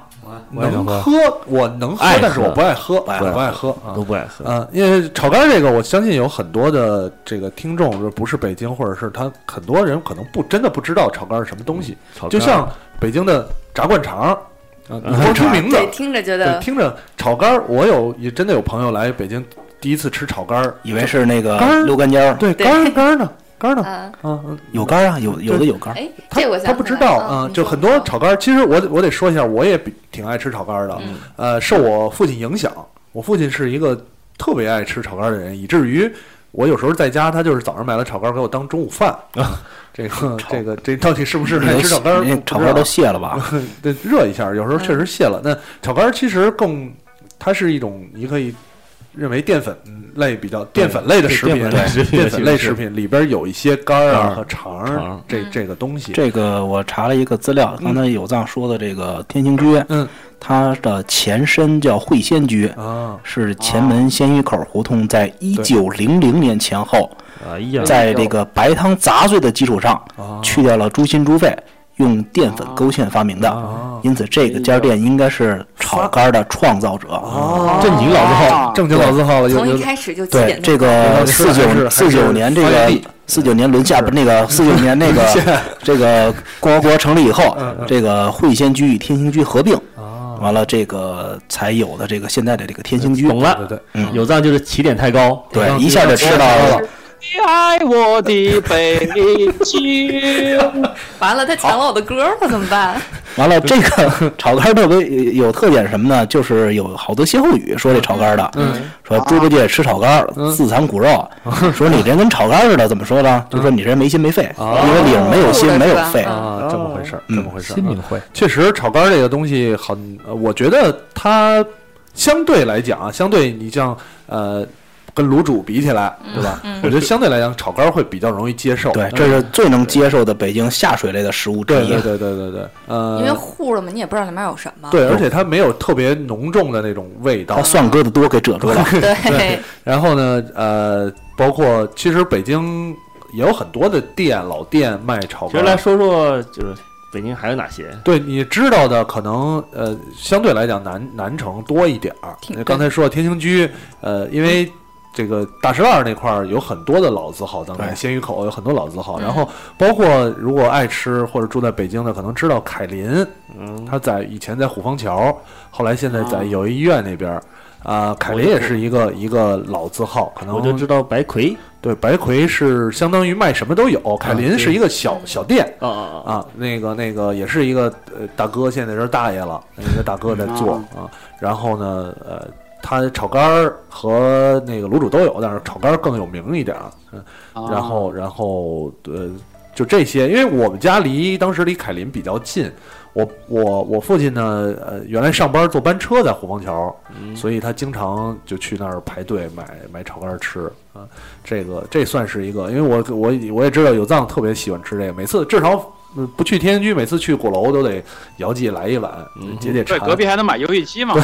G: 我也
A: 能
G: 想喝
A: 喝，我能喝
G: 爱，
A: 但是我
G: 喝
A: 不爱喝，不
G: 对
A: 不爱喝啊
G: 都。不爱喝，
A: 嗯，因为炒肝这个，我相信有很多的这个听众，就是不是北京，或者是他很多人可能不真的不知道炒嗯肝是什么东西，
G: 炒
A: 就
G: 肝
A: 像北京的炸灌肠儿，啊，你光听名字
D: 对，，听着觉
A: 对，
D: 得
A: 听着炒肝儿，我有也真的有朋友来北京第一次吃炒肝儿，
B: 以为是那个
A: 肝儿
B: 溜干尖儿，
A: 对
D: 对
A: 肝儿肝儿呢，肝儿呢，
D: 啊，
A: 啊，嗯
B: 有肝儿啊，有有的有肝儿，
D: 哎，
A: 他
D: 这我想
A: 他不
D: 起来
A: 知道
D: 了
A: 啊、
D: 嗯
A: 就很多炒肝儿。其实我得我得说一下，我也比挺爱吃炒肝儿的、
D: 嗯
A: 呃，受我父亲影响，我父亲是一个特别爱吃炒肝儿的人，以至于我有时候在家，他就是早上买了炒肝儿给我当中午饭 啊。这个这个这到底是不是爱吃炒肝儿？
B: 人家炒肝儿都卸了吧？
A: 对热一下，有时候
D: 嗯
A: 确实泄了。那炒肝儿其实更，它是一种你可以认为淀粉类比较淀粉类的食品，
B: 淀
A: 淀
B: 粉
A: 粉类食品里边有一些肝儿啊和肠儿
G: 肠
A: 这
D: 嗯
A: 这个东西。
B: 这个我查了一个资料，刚才有藏说的这个天兴居，
A: 嗯，
B: 它的前身叫会仙居，
A: 啊，
B: 是前门鲜鱼口胡同，在一九零零年前后，
G: 哎呀，
B: 在这个白汤杂碎的基础上，
A: 啊
B: 去掉了猪心猪肺，用淀粉勾芡发明的，因此这个家店应该是炒肝的创造者。
G: 这你老字号，
F: 啊
A: 正经老字号了，有
D: 从
A: 有
D: 一开始就起
B: 对
D: 点
B: 这个四九四九年这个四九年沦下不是那个四九年那 个这个共和国成立以后，
G: 嗯
B: 这个会仙居与天兴居合并，
G: 啊
B: 完了这个才有的这个现在的这个天兴居。
G: 懂
A: 对
G: 了，
A: 对
B: 嗯
G: 有藏就是起点太高，嗯
B: 对，一下就吃到了。
F: 你爱我的北京，
D: 完了，他抢了我的歌儿了，怎么办？
B: 完了，这个 炒肝儿特别有特点是什么呢？就是有好多歇后语说这炒肝儿的，嗯说猪八戒吃炒肝儿自藏骨肉， 说你这跟炒肝儿似的，怎么说呢？就说你这人没心没肺，因为里面没有心没有肺。
A: 啊，这么回事儿，这么回事儿。
E: 新领会，
A: 确实，炒肝儿这个东西很，呃我觉得它相对来讲啊，相对你像呃跟卤煮比起来，对吧？
D: 嗯
A: 我觉得相对来讲，炒肝会比较容易接受。
B: 对，这是最能接受的北京下水类的食物之
A: 嗯对
B: 一
A: 对。对对对对，
D: 因为
A: 呃，
D: 糊了嘛，你也不知道里面有什
G: 啊
D: 么。
A: 对，而且它没有特别浓重的那种味道
B: 把。蒜搁的多给遮住了。
D: 对，
A: 然后呢，呃，包括其实北京也有很多的店老店卖炒
G: 其实来
A: 肝。啊
G: 说说，就是北京还有哪些？
A: 对你知道的可能呃相对来讲南南城多一点儿
D: 挺。对
A: 刚才说的天兴居，呃，因为这个大石栏那块儿有很多的老字号，当然
B: 对
A: 鲜鱼口有很多老字号。
D: 嗯
A: 然后包括如果爱吃或者住在北京的，可能知道凯林，
G: 嗯，
A: 他在以前在虎坊桥，后来现在在
D: 哦
G: 啊
A: 友谊医院那边儿。啊、凯林也是一个一个老字号，可能
G: 我就知道白魁
A: 对，白魁是相当于卖什么都有，凯林是一个小小店
G: 啊啊啊！
A: 啊，那个那个也是一个呃大哥，现在是大爷了，一个大哥在做
G: 嗯
A: 啊。然后呢，呃，他炒肝儿和那个卤煮都有，但是炒肝儿更有名一点啊。嗯，
F: 啊
A: 然后然后呃，就这些，因为我们家离当时离凯林比较近。我我我父亲呢，呃，原来上班坐班车在虎坊桥，所以他经常就去那儿排队买买炒肝儿吃啊。这个这算是一个，因为我我我也知道有藏特别喜欢吃这个，每次至少嗯不去天津居，每次去鼓楼都得姚记来一碗解解馋啊
F: 对，。隔壁还能买游戏机嘛？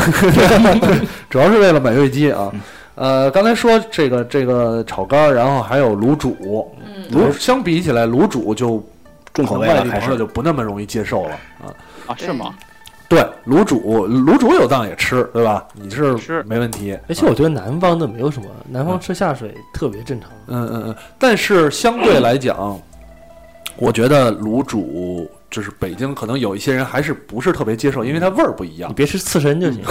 A: 主要是为了买味鸡啊。呃，刚才说这个这个炒肝儿，然后还有卤煮，
D: 嗯，
A: 卤相比起来，卤煮就
B: 重口味
A: 外
B: 了
A: 地
B: 还
A: 朋友
B: 是
A: 就不那么容易接受了啊。
F: 啊，是吗？
A: 对，卤煮卤煮有藏也吃，对吧？你是
F: 是
A: 没问题。
G: 而且我觉得南方的没有什么，南方吃下水特别正常。
A: 嗯嗯嗯，但是相对来讲，我觉得卤煮就是北京可能有一些人还是不是特别接受，因为它味儿不一样
G: 你。别吃刺身就行。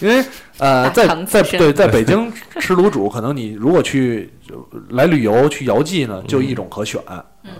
A: 因为呃，
D: 大
A: 在
D: 肠
A: 在
D: 刺身
A: 对在北京吃卤煮，可能你如果去就来旅游去姚记呢，就一种可选，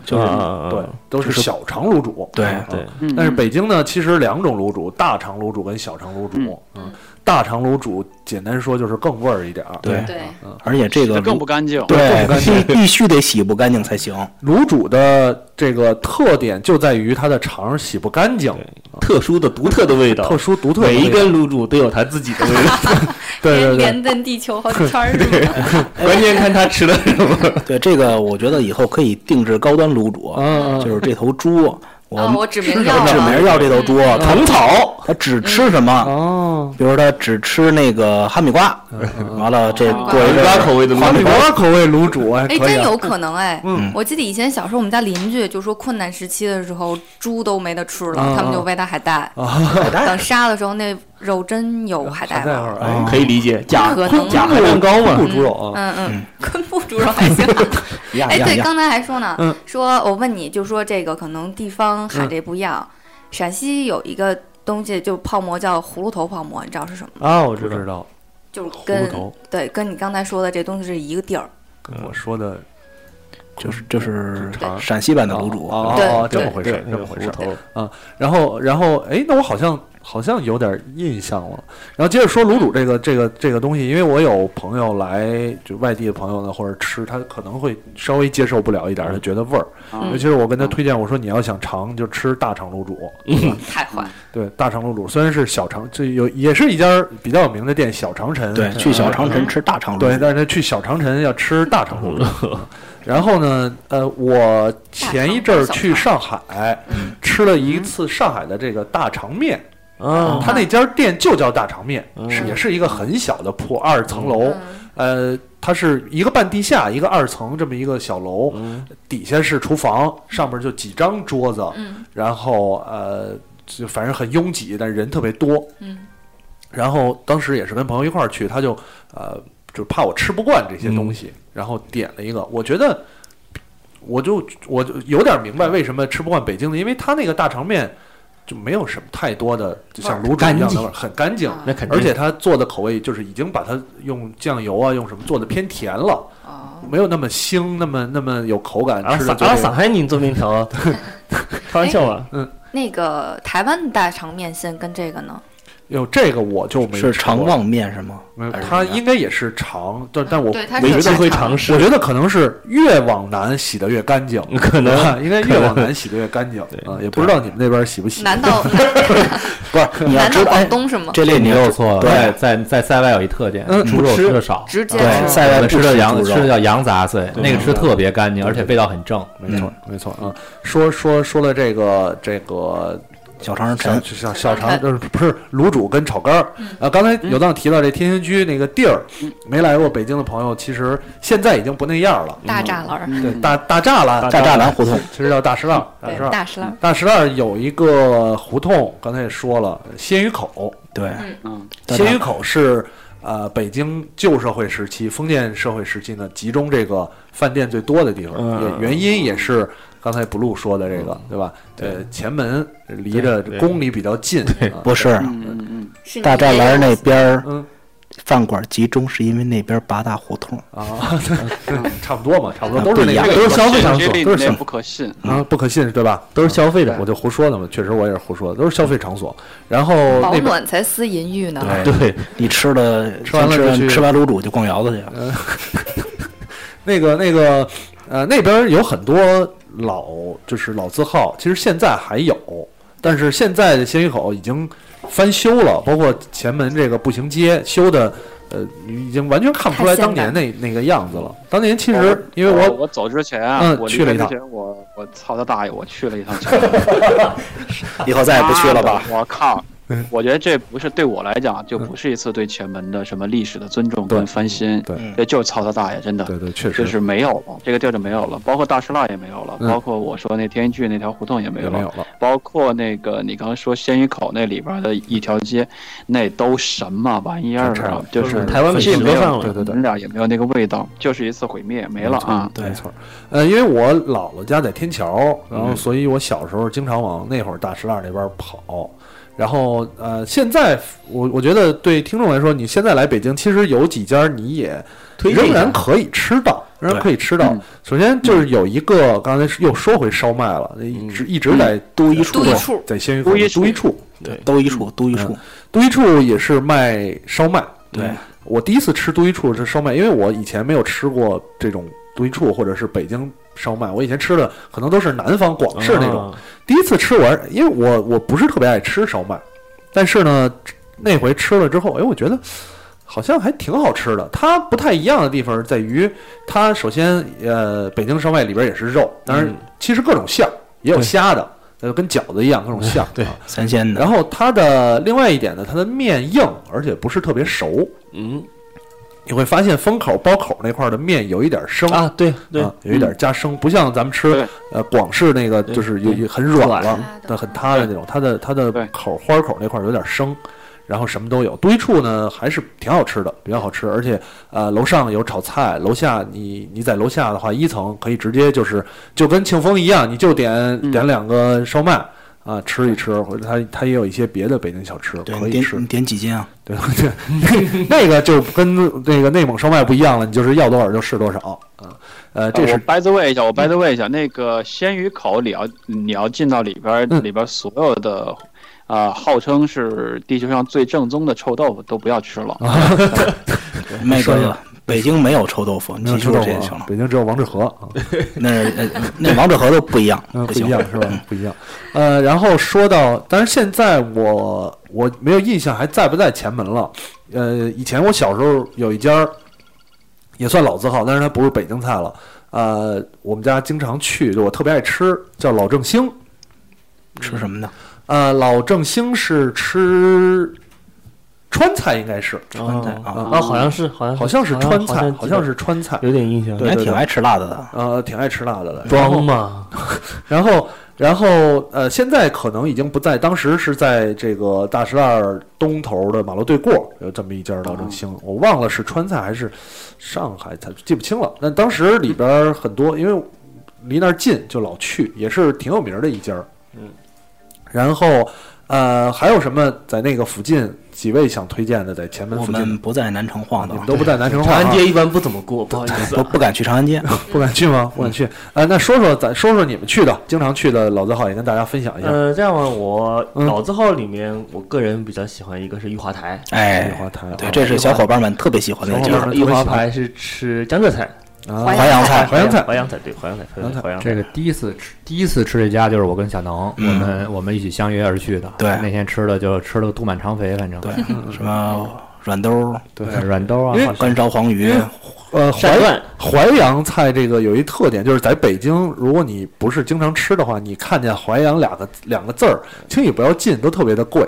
B: 就是
A: 嗯
G: 嗯
A: 对，都是小肠卤煮。
B: 对
A: 啊
G: 对
F: 嗯
A: 但是北京呢，其实两种卤煮，大肠卤煮跟小肠卤煮。嗯，大肠卤煮简单说就是更味儿一点儿。
B: 对
D: 对，
B: 而且这个
F: 这更不干净。
A: 更不干净
B: 对必必须得洗不干净才行。
A: 卤煮的这个特点就在于它的肠洗不干净，
G: 特殊的、独特的味道
A: 特，殊独特的味
G: 每
A: 道。
G: 一根卤煮都有它自己的味道，
A: 对对对，
D: 连蹬地球好几圈儿是吗？
G: 关键看它吃的什么。
B: 对这个，我觉得以后可以定制高端卤煮，
A: 嗯
G: 哦
B: 就是这头猪，我
D: 啊，
B: 们
D: 我指名要
B: 我指
D: 了，
B: 名要这头猪，它
G: 虫草，
B: 它只吃什
G: 嗯
B: 么？
A: 哦，
B: 比如它只吃那个哈密瓜，完了这
D: 哈密瓜
B: 过一阵儿，
G: 瓜口味的卤
A: 哈密
G: 煮，
A: 瓜口味卤煮哎，
D: 哎，
A: 可以
D: 真
A: 啊。
D: 有可能哎！
A: 嗯
D: 我记得以前小时候，我们家邻居就说困难时期的时候，猪都没得吃了，
A: 啊
D: 他们就喂它海带。
B: 海带
D: 等杀的时候，那肉真有海带
A: 嗯海带
D: 味
A: 味
D: 儿。
A: 儿，哎，
G: 嗯可以理解。假
D: 可能啊哎
G: 假海蛋糕嘛，
A: 不猪肉啊，
D: 嗯嗯，昆布猪肉还行。
B: 呀
D: 哎，
B: 呀
D: 对，
B: 呀，
D: 刚才还说呢
A: 嗯，
D: 说我问你，就说这个可能地方喊这不一样。陕西有一个东西，就泡馍叫葫芦头泡馍，你知道是什么吗？
G: 啊，我
A: 不
G: 知道
A: 知。道。
D: 就是
A: 葫芦
D: 跟
A: 头
D: 对跟你刚才说的这东西是一个地儿。
A: 跟我说的
B: 就是就是
D: 对
B: 陕西版的卤煮，啊
A: 哦
D: 对
A: 哦，哦
D: 对
A: 这么回事儿，
G: 对
A: 这么回事
G: 那个葫芦
A: 儿啊。然后，然后，哎，那我好像好像有点印象了。然后接着说卤煮这个这个这个东西，因为我有朋友来，就外地的朋友呢，或者吃，他可能会稍微接受不了一点儿，他觉得味儿。
F: 嗯
A: 尤其是我跟他推荐，我说你要想尝，就吃大肠卤煮。
D: 嗯太坏了，
A: 对，大肠卤煮虽然是小肠，这有也是一家比较有名的店，小长城。
B: 对，去小长城吃大肠
A: 对，
B: 卤煮，
A: 但是他去小长城要吃大肠卤
B: 嗯
A: 煮。 然后呢，呃，我前一阵儿去上海吃了
B: 嗯
A: 一次上海的这个大肠面，
G: 啊，
A: 他那家店就叫大肠面，是
D: 嗯
A: 也是一个很小的铺，二层楼，
D: 嗯
A: 呃，它是一个半地下，一个二层这么一个小楼，底下是厨房，上面就几张桌子，
D: 嗯
A: 然后呃，就反正很拥挤，但人特别多。
D: 嗯
A: 然后当时也是跟朋友一块儿去，他就呃就怕我吃不惯这些东西，然后点了一个，我觉得我就我就有点明白为什么吃不惯北京的，因为他那个大肠面就没有什么太多的，就像卤煮一样的味儿，很干净。
G: 那肯定。
A: 而且他做的口味就是已经把它用酱油啊，用什么做的偏甜了，
D: 哦，
A: 没有那么腥，那么那么有口感，
G: 啊，
A: 吃
G: 啥
A: 着
G: 啊，啥
A: 就
G: 还你做面 条啊？开玩笑啊！
D: 那个台湾大肠面线跟这个呢？
A: 哟，这个我就没
B: 是
A: 吃过
B: 肠旺面是
D: 哦
B: 吗？
A: 没有
B: 还是
A: 它
B: 什么呀
A: 应该也是肠，但但我
H: 对它是
A: 我
H: 有
A: 觉得
H: 肠
A: 会
H: 肠
A: 试。我觉得可能是越往南洗的越干净，嗯可 能应该越往南洗的越干净啊。也不知道你们那边洗不洗？
D: 难道
B: 不是，你要
D: 难
B: 知
D: 道
B: 道
D: 广东是吗？
B: 这类你
E: 你又
B: 要
E: 错了，哎
B: 对
E: 在在在塞外有一特点，猪肉吃的少，
D: 直接
B: 对
D: 吃
B: 塞
E: 我
B: 外
E: 们
B: 不
E: 吃的羊
B: 猪
E: 吃
B: 肉
E: 的，叫羊杂碎，那个吃的特别干净，
A: 对
E: 而且味道很正。
A: 没错，没错啊。说说说了这个这个
B: 小肠儿
A: 小
B: 沉，
A: 小小肠，就是不是卤煮跟炒肝儿啊？刚才有当提到这天兴居那个地儿，没来过北京的朋友，其实现在已经不那样了。
H: 大栅栏，
A: 对，
F: 嗯
A: 大大栅栏，
B: 大栅栏胡同，
A: 其实叫大石栏，嗯大石
H: 对，
A: 栏。
H: 大栅栏，
A: 大石栏有一个胡同，刚才也说了，鲜鱼口。
B: 对，
F: 嗯，
B: 大
A: 鲜
B: 栅
A: 鱼口是呃北京旧社会时期、封建社会时期呢，集中这个饭店最多的地方。也原因也是刚才 blue 说的这个，对吧？呃，前门离着宫里比较近，啊
B: 不是
F: 嗯嗯嗯，
D: 是你
B: 大栅栏那边儿
A: 嗯
B: 饭馆集中，是因为那边八大胡同。
A: 啊，差不多嘛，差不多
B: 啊
A: 都是那
B: 不
A: 个，
B: 一样
A: 都是消费场
F: 这
A: 所，
F: 这
A: 都是
F: 你
A: 消
F: 也不可信，
A: 啊，不可信对吧？都是消费
D: 的
A: 我就胡说的嘛，确实我也是胡说的，都是消费场所。然后
H: 保
A: 那边哎
H: 暖才思淫欲呢。
A: 对
B: 你吃了，
A: 吃完了就去
B: 吃完卤煮就逛窑子去了。
A: 那个那个呃，那边儿有很多老就是老字号，其实现在还有，但是现在的鲜鱼口已经翻修了，包括前门这个步行街修的，呃，已经完全看不出来
D: 太现
A: 当
D: 代
A: 年那那个样子了。当年其
F: 我
A: 实因为
F: 我
A: 我
F: 我走之前啊，
A: 嗯
F: 我离
A: 去了
F: 开
A: 一趟
F: 之前我我操他大爷，我去了一趟，
A: 呃
B: 以后再也不去了
A: 啊
B: 吧？
F: 妈的我靠！
A: 嗯
F: 我觉得这不是对我来讲，就不是一次对前门的什么历史的尊重
A: 对
F: 跟翻新，
A: 对
F: 这就是操他大爷，真的。
A: 对对确实
F: 就是没有了，这个地儿就没有了，包括大石蜡也没有了，
A: 嗯
F: 包括我说那天一剧那条胡同也没
A: 也
F: 有
A: 没
F: 了，
A: 有了，
F: 包括那个你刚刚说鲜鱼口那里边的一条街，那都什么玩意儿
A: 全拆
F: 啊
A: 了？
F: 就是
A: 台湾美
F: 既
A: 食
F: 没
A: 都上
F: 有
A: 了对对对
F: 你们俩也没有那个味道，就是一次毁灭，没了啊！
B: 对
A: 没错。呃，因为我姥姥家在天桥，然后所以我小时候经常往那会儿大石栏那边跑。然后呃，现在我我觉得对听众来说，你现在来北京，其实有几家你也仍然可以吃到，仍然可以吃到
F: 嗯。
A: 首先就是有一个，刚才又说回烧麦了，一直一直在都一处
D: 都一处
A: 在鲜鱼口
F: 都一
A: 的
F: 处
A: 都一处，
B: 都一处，都一处，
A: 都一处也是卖烧麦。
B: 对，
A: 我第一次吃都一处是烧麦，因为我以前没有吃过这种都一处或者是北京烧麦，我以前吃的可能都是南方广式那
G: 啊
A: 种。第一次吃我，因为我我不是特别爱吃烧麦，但是呢，那回吃了之后，哎，我觉得好像还挺好吃的。它不太一样的地方在于，它首先呃，北京烧麦里边也是肉，当然其实各种馅儿也有虾的，呃，跟饺子一样各种馅儿。对。
B: 三鲜的
A: 然。后它的另外一点呢，它的面硬，而且不是特别熟。
G: 嗯
A: 你会发现风口包口那块儿的面有一点生
G: 啊，对对，
A: 啊有一点加生，不像咱们吃
F: 对
A: 呃广式那个就是有有很软了
D: 对，
A: 但很塌的那种，它的它的
F: 对
A: 口花口那块儿有点生。然后什么都有，堆处呢还是挺好吃的，比较好吃，而且呃楼上有炒菜，楼下你你在楼下的话，一层可以直接就是就跟庆丰一样，你就点点两个烧麦啊吃一吃，或者它它也有一些别的北京小吃
B: 对，
A: 可
B: 你
A: 以
B: 点
A: 吃
B: 你。点几斤啊？
A: 对对，那个就跟那个内蒙烧麦不一样了，你就是要多少就是多少啊。呃，这
F: 我
A: 是嗯
F: by the way 一下，我 by the way 一下，那个鲜鱼口里要你要进到里边儿，
A: 嗯
F: 里边儿所有的，啊、号称是地球上最正宗的臭豆腐都不要吃
A: 啊
F: 了。
B: 那
A: 说一
B: 个
A: 下
B: 北京没有臭豆腐，你
A: 没有
B: 记
A: 臭
B: 住
A: 豆
B: 这
A: 腐
B: 就行
A: 啊，
B: 了。
A: 北京只有王致和 啊，
B: 那呃那王致和都不 一样，
A: 嗯，不一
B: 行
A: 样是吧？ 不一样。呃，然后说到，但是现在我我没有印象还在不在前门了。呃，以前我小时候有一家儿也算老字号，但是它不是北京菜了。呃，我们家经常去，就我特别爱吃，叫老正兴。
B: 吃什么呢？
A: 呃，老正兴是吃川菜，应该是
B: 川菜啊，
A: 啊
G: 啊，好像是好像
A: 好像是川菜，好
G: 好
A: 像
G: 是
A: 是川菜，
G: 有点印象，
B: 你
A: 对
B: 还
A: 对
B: 挺
A: 对，
B: 爱吃辣的的。
A: 呃，挺爱吃辣的的。
G: 装嘛，
A: 然后，然后，呃，现在可能已经不在，当时是在这个大石栏东头的马路对过有这么一家老正兴，
G: 哦
A: 我忘了是川菜还是上海菜，记不清了。但当时里边儿很多，因为离那儿近，就老去，也是挺有名儿的一家。嗯，然后呃，还有什么在那个附近几位想推荐的？在前门
B: 我
A: 附近，
B: 们不在南城晃
A: 你
B: 荡
A: 们，都不在南城
G: 长
A: 晃、
G: 安
A: 啊，
G: 街一般不怎 么过，不好意思
B: 不
G: 啊。
B: 不敢去长安街。
A: 不敢去吗？不敢
G: 嗯
A: 去。呃，那说说咱说说你们去的，经常去的老字号也跟大家分享一下。
G: 呃，这样吧，我
A: 嗯
G: 老字号里面，我个人比较喜欢一个是玉华台，
B: 哎
A: 玉，华台，
B: 对，这是小伙伴们特别喜欢的一
A: 小伙
B: 家
A: 伴们
G: 玉华台是吃江浙菜，
A: 啊
D: 淮
B: 淮扬菜。
A: 淮扬菜
G: 淮扬菜对，淮扬菜，淮扬菜，淮扬菜
E: 这个第一次吃，第一次吃这家就是我跟小能，
B: 嗯
E: 我们我们一起相约而去的。
B: 对
E: 那天吃的就吃了个肚满肠肥，反正
B: 对，
A: 嗯
B: 什么软兜、
A: 对，
E: 软兜啊
A: 因，为
E: 换
B: 干烧黄鱼，
A: 呃，
G: 陕
A: 淮
G: 段
A: 淮扬菜这个有一特点，就是在北京，如果你不是经常吃的话，你看见淮扬两个两个字儿，轻易不要近，都特别的贵。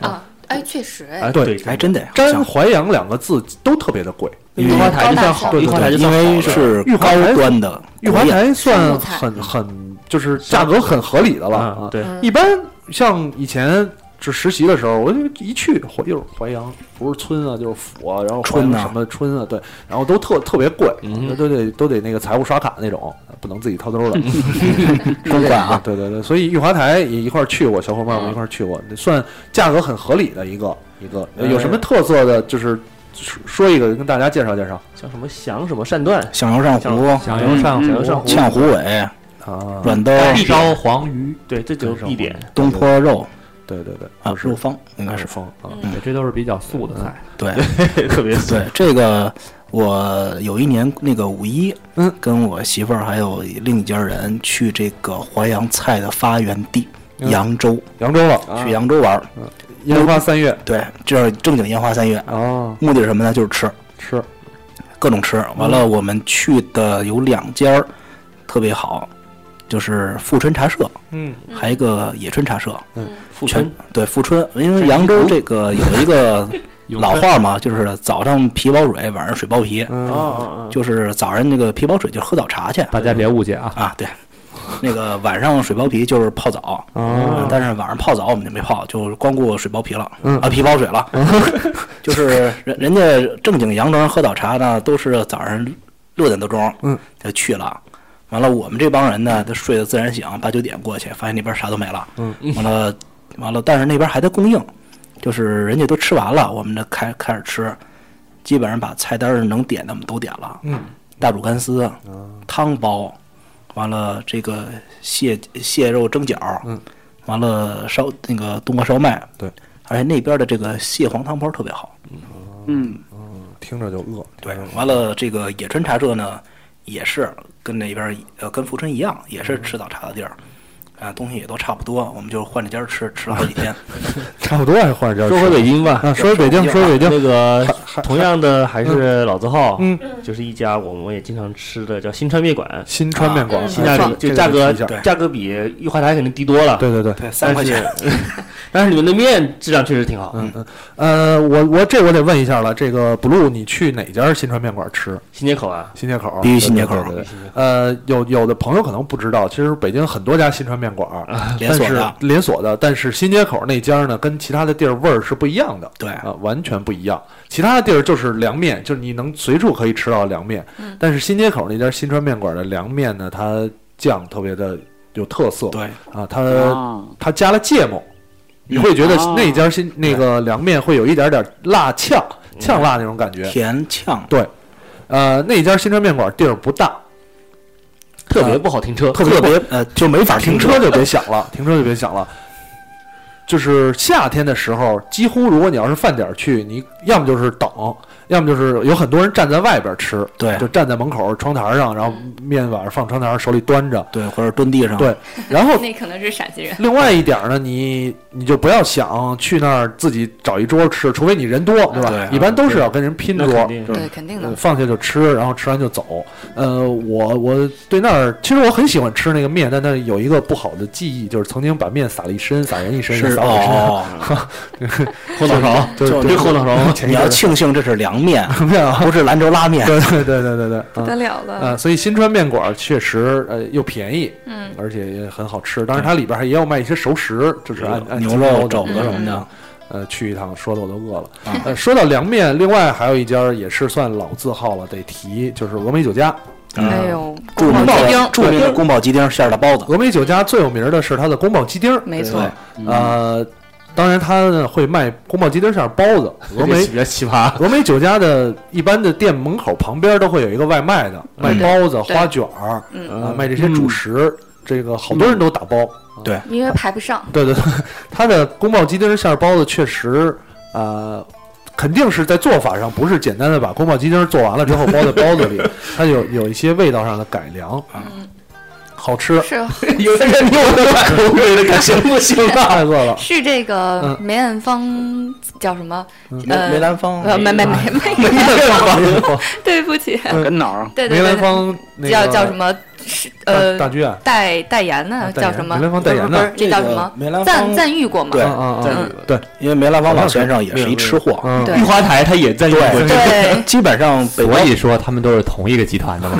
D: 啊，哎，确实哎，
G: 啊，
A: 对
G: 对，
B: 哎，真的
A: 沾淮扬两个字都特别的贵。
G: 玉华台就算好，
D: 对
G: 玉华台就
B: 因
G: 算好
B: 为
G: 了
B: 是
A: 玉华
B: 高
A: 台
B: 端的
A: 玉华
B: 国宴
A: 台
D: 山
A: 算
D: 姆菜
A: 很很就是价格很合理的了
G: 啊
A: 啊，。
G: 对，
D: 嗯
A: 一般像以前就实习的时候，我就一去淮就是淮扬，不是村啊就是府啊，然后淮
B: 春
A: 扬
B: 呐
A: 什么春啊，对，然后都特特别贵，
C: 嗯
A: 都得都得那个财务刷卡那种，不能自己掏兜的。
B: 双管啊，
A: 对对对，所以玉华台也一块儿去过，小伙伴们一块儿去过，算价格很合理的一个一个。
B: 哎
A: 有什么特色的？就是说说一个，跟大家介绍介绍
G: 叫什么祥什么扇段，
B: 响油上湖、
E: 想要嗯上
G: 想
E: 火
G: 要上湖
B: 呛虎尾、
A: 啊。
B: 软兜、
E: 干烧黄鱼，
G: 对，这就是必点。
B: 东坡肉
A: 对对对，嗯
B: 啊，
A: 就是
B: 肉方应该
A: 二
B: 是
A: 十风啊，
D: 嗯
E: 对，这都是比较素的菜。
B: 对
G: 特别
B: 对这个。我有一年那个五一，
A: 嗯，
B: 跟我媳妇儿还有另一家人去这个淮扬菜的发源地
A: 嗯啊
B: 扬州，
A: 扬州了，
B: 去扬州玩儿。
A: 烟花三月
B: 对，这是正经烟花三月，
A: 啊，
B: 目的是什么呢？就是吃，
A: 吃
B: 各种吃。完了，我们去的有两家儿特别好，就是富春茶社，
A: 嗯，
B: 还有一个野春茶社。
G: 富
B: 全
G: 春，
B: 对富春，因为扬州这个有一个老话嘛，就是早上皮包水，晚上水包皮，
G: 啊
A: 嗯
G: 啊啊，
B: 就是早上那个皮包水就喝早茶去
E: 大家别误解啊，
B: 啊，对，那个晚上水包皮就是泡澡。
A: 啊，
B: 但是晚上泡澡我们就没泡，就光顾水包皮了，
A: 嗯
B: 啊，皮包水了， 就是人人家正经扬州人喝早茶呢，都是早上六点多钟，
A: 嗯，
B: 就去了。完了，我们这帮人呢，都睡得自然醒，八九点过去，发现那边啥都没了。
A: 嗯，
B: 完了，完了，但是那边还在供应，就是人家都吃完了，我们这开开始吃，基本上把菜单儿能点的我们都点了。
A: 嗯，哦
B: 大煮干丝，汤包，完了这个蟹蟹肉蒸饺，
A: 嗯，
B: 完了烧那个冬瓜烧麦，
A: 对，
B: 而且那边的这个蟹黄汤包特别好。
F: 嗯，
A: 听着就饿，
B: 对，完了这个野春茶社呢，也是跟那边呃跟富春一样，也是吃早茶的地儿，啊，东西也都差不多，我们就换着家儿吃，吃了好几天。
A: 差不多还换着
G: 说回北京吧，
A: 啊，说回北京，说回北京，
G: 那个
A: 还
G: 同样的还是老字号，
A: 嗯，
G: 就是一家我们也经常吃的叫新川面馆，
A: 新川面馆，
D: 啊
G: 性价比
A: 这
G: 就
A: 个
G: 价格
A: 提一下
G: 价格比玉华台肯定低多了，
A: 对 对对，
B: 对，三块
G: 但
B: 钱
G: 是 但是你们的面质量确实挺好，
A: 嗯嗯，呃，我我这我得问一下了，这个 blue 你去哪家新川面馆吃？
G: 新街口啊，
A: 新街口，
B: 必须新街口
A: 对对对对呃，有有的朋友可能不知道，其实北京很多家新川面馆儿，
B: 连
A: 但
B: 锁
A: 是
B: 的，
A: 啊连锁的，但是新街口那家呢，跟其他的地儿味儿是不一样的。
B: 对
A: 啊、完全不一样。其他的地儿就是凉面，就是你能随处可以吃到凉面。
D: 嗯
A: 但是新街口那家新川面馆的凉面呢，它酱特别的有特色。
B: 对，
A: 啊，它、
F: 啊，
A: 它加了芥末，你会觉得
F: 哦
A: 那家新、那个凉面会有一点点辣呛呛辣那种感觉。
B: 甜呛，
A: 呃，那家新川面馆地儿不大，
G: 特别不好停车，
A: 特别
B: 特别呃就没法
A: 停
B: 停
A: 车就别想了，停车就别想了。就是夏天的时候，几乎如果你要是饭点儿去，你要么就是等，要么就是有很多人站在外边吃，
B: 对
A: 就站在门口窗台上，然后面碗放窗台上，手里端着。
B: 对，或者蹲地上，
A: 对然后
D: 那可能是陕西人，
A: 另外一点儿呢，你你就不要想去那儿自己找一桌吃，除非你人多，对吧？
B: 对啊
A: 一般都是要跟人拼
G: 那
A: 桌，
G: 肯定
D: 对，肯定
A: 呃
D: 的。
A: 放下就吃，然后吃完就走。呃，我我对那儿其实我很喜欢吃那个面，但那有一个不好的记忆，就是曾经把面撒了一身，撒人一身，
B: 是
A: 撒我身上，
B: 哦，
G: 后脑勺，
A: 就是
B: 就
A: 就是
G: 这后脑勺，
A: 前一
B: 你要
A: 阵子
B: 庆幸这是凉面，
A: 面 啊，
B: 不是兰州拉 面。
A: 对对对对对对，
D: 不
A: 啊
D: 得了了，
A: 呃，所以新川面馆确实呃又便宜，
D: 嗯，
A: 而且也很好吃。当然它里边还也有卖一些熟食，就是按按
B: 牛
A: 斤
B: 肉、
A: 的
B: 肘子什么
D: 呃嗯
B: 的，啊
A: 呃，去一趟，说的我都饿了。呃，说到凉面，另外还有一家也是算老字号了，得提，就是峨眉酒家。
D: 哎呦，
B: 著名
D: 宫保鸡丁
B: 的
D: 儿，
B: 著名的宫保鸡丁馅儿的包子，
A: 峨眉酒家最有名的是它的宫保鸡丁儿，
D: 没错，
A: 呃，当然它呢会卖宫保鸡丁馅儿包子。峨
C: 这
A: 眉
C: 比较奇葩。
A: 峨眉酒家的一般的店门口旁边都会有一个外卖的，卖包子、
D: 嗯对
A: 花卷儿，
D: 嗯，
A: 啊，卖这些主食。这个好多人都打包，
D: 因为排不上，
A: 对对对，它的宫保鸡丁馅儿包子确实，呃，肯定是在做法上不是简单的把宫保鸡丁做完了之后包在包子 里，它有有一些味道上的改良，啊
D: 嗯，
A: 好吃，
D: 是
C: 有 点你我都把口水了，感觉不行了。
A: 太饿了。
D: 是这个
A: 嗯
D: 梅艳芳叫什么？
B: 梅梅兰芳
D: 呃，没没没没， 对不起，
F: 嗯跟哪儿？啊
D: 对对
A: 梅兰
D: 对，
A: 芳那
D: 叫
A: 个
D: 叫什么？是
A: 大
D: 呃，
A: 大剧院
D: 代代言呢？
A: 代
D: 啊叫
A: 言
D: 什么
A: 梅？兰芳代言
D: 不
A: 的，
D: 是这叫什么？
B: 梅兰
D: 赞
B: 芳，
D: 赞誉过嘛？
B: 对
A: 啊啊啊
D: 嗯
A: 对，
B: 因为梅兰芳老先生也是一吃货，
A: 嗯，
D: 对
C: 玉华台他也在用过这个，
D: 对，
B: 基本上北
E: 所
B: 方
E: 以说他们都是同一个集团的 嘛。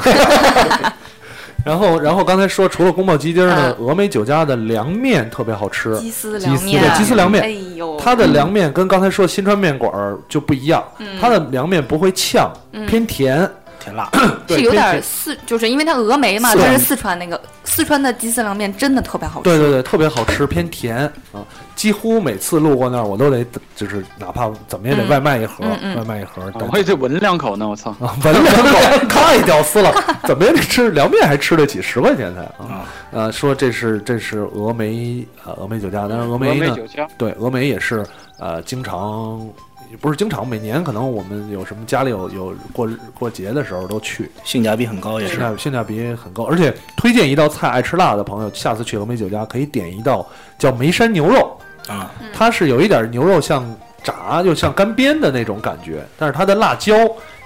A: 然后然后刚才说除了宫保鸡丁呢，峨眉酒家的凉面特别好吃，
D: 嗯鸡丝凉
A: 对
D: 面啊，
A: 鸡丝凉面
D: 哎呦，
A: 它的凉面跟刚才说新川面馆儿就不一样，
D: 嗯
A: 它的凉面不会呛，
D: 嗯
A: 偏甜，
B: 挺辣，
A: 对
D: 是有
A: 偏
D: 点
A: 甜
D: 四，就是因为它峨眉嘛，
A: 四
D: 它
A: 川
D: 是四川那个四川的鸡丝凉面真的特别好吃。
A: 对对对，特别好吃，偏甜啊！几乎每次路过那儿，我都得就是哪怕怎么也得
D: 嗯
A: 外卖一盒，
D: 嗯嗯
A: 外卖一盒。但
F: 我也得闻两口呢，我操！
A: 啊，反正两口太屌丝了，怎么也得吃凉面，还吃得起十块钱才啊！呃，说这是这是峨眉呃峨眉酒家，但是峨
F: 峨
A: 眉
F: 眉
A: 呢，
F: 酒家，
A: 对峨眉也是呃经常。也不是经常，每年可能我们有什么家里有有过过节的时候都去，
B: 性价比很高，也
A: 性
B: 是
A: 价性价比很高，而且推荐一道菜，爱吃辣的朋友，下次去峨眉酒家可以点一道叫眉山牛肉，
B: 啊，
A: 它是有一点牛肉像炸又像干煸的那种感觉，但是它的辣椒，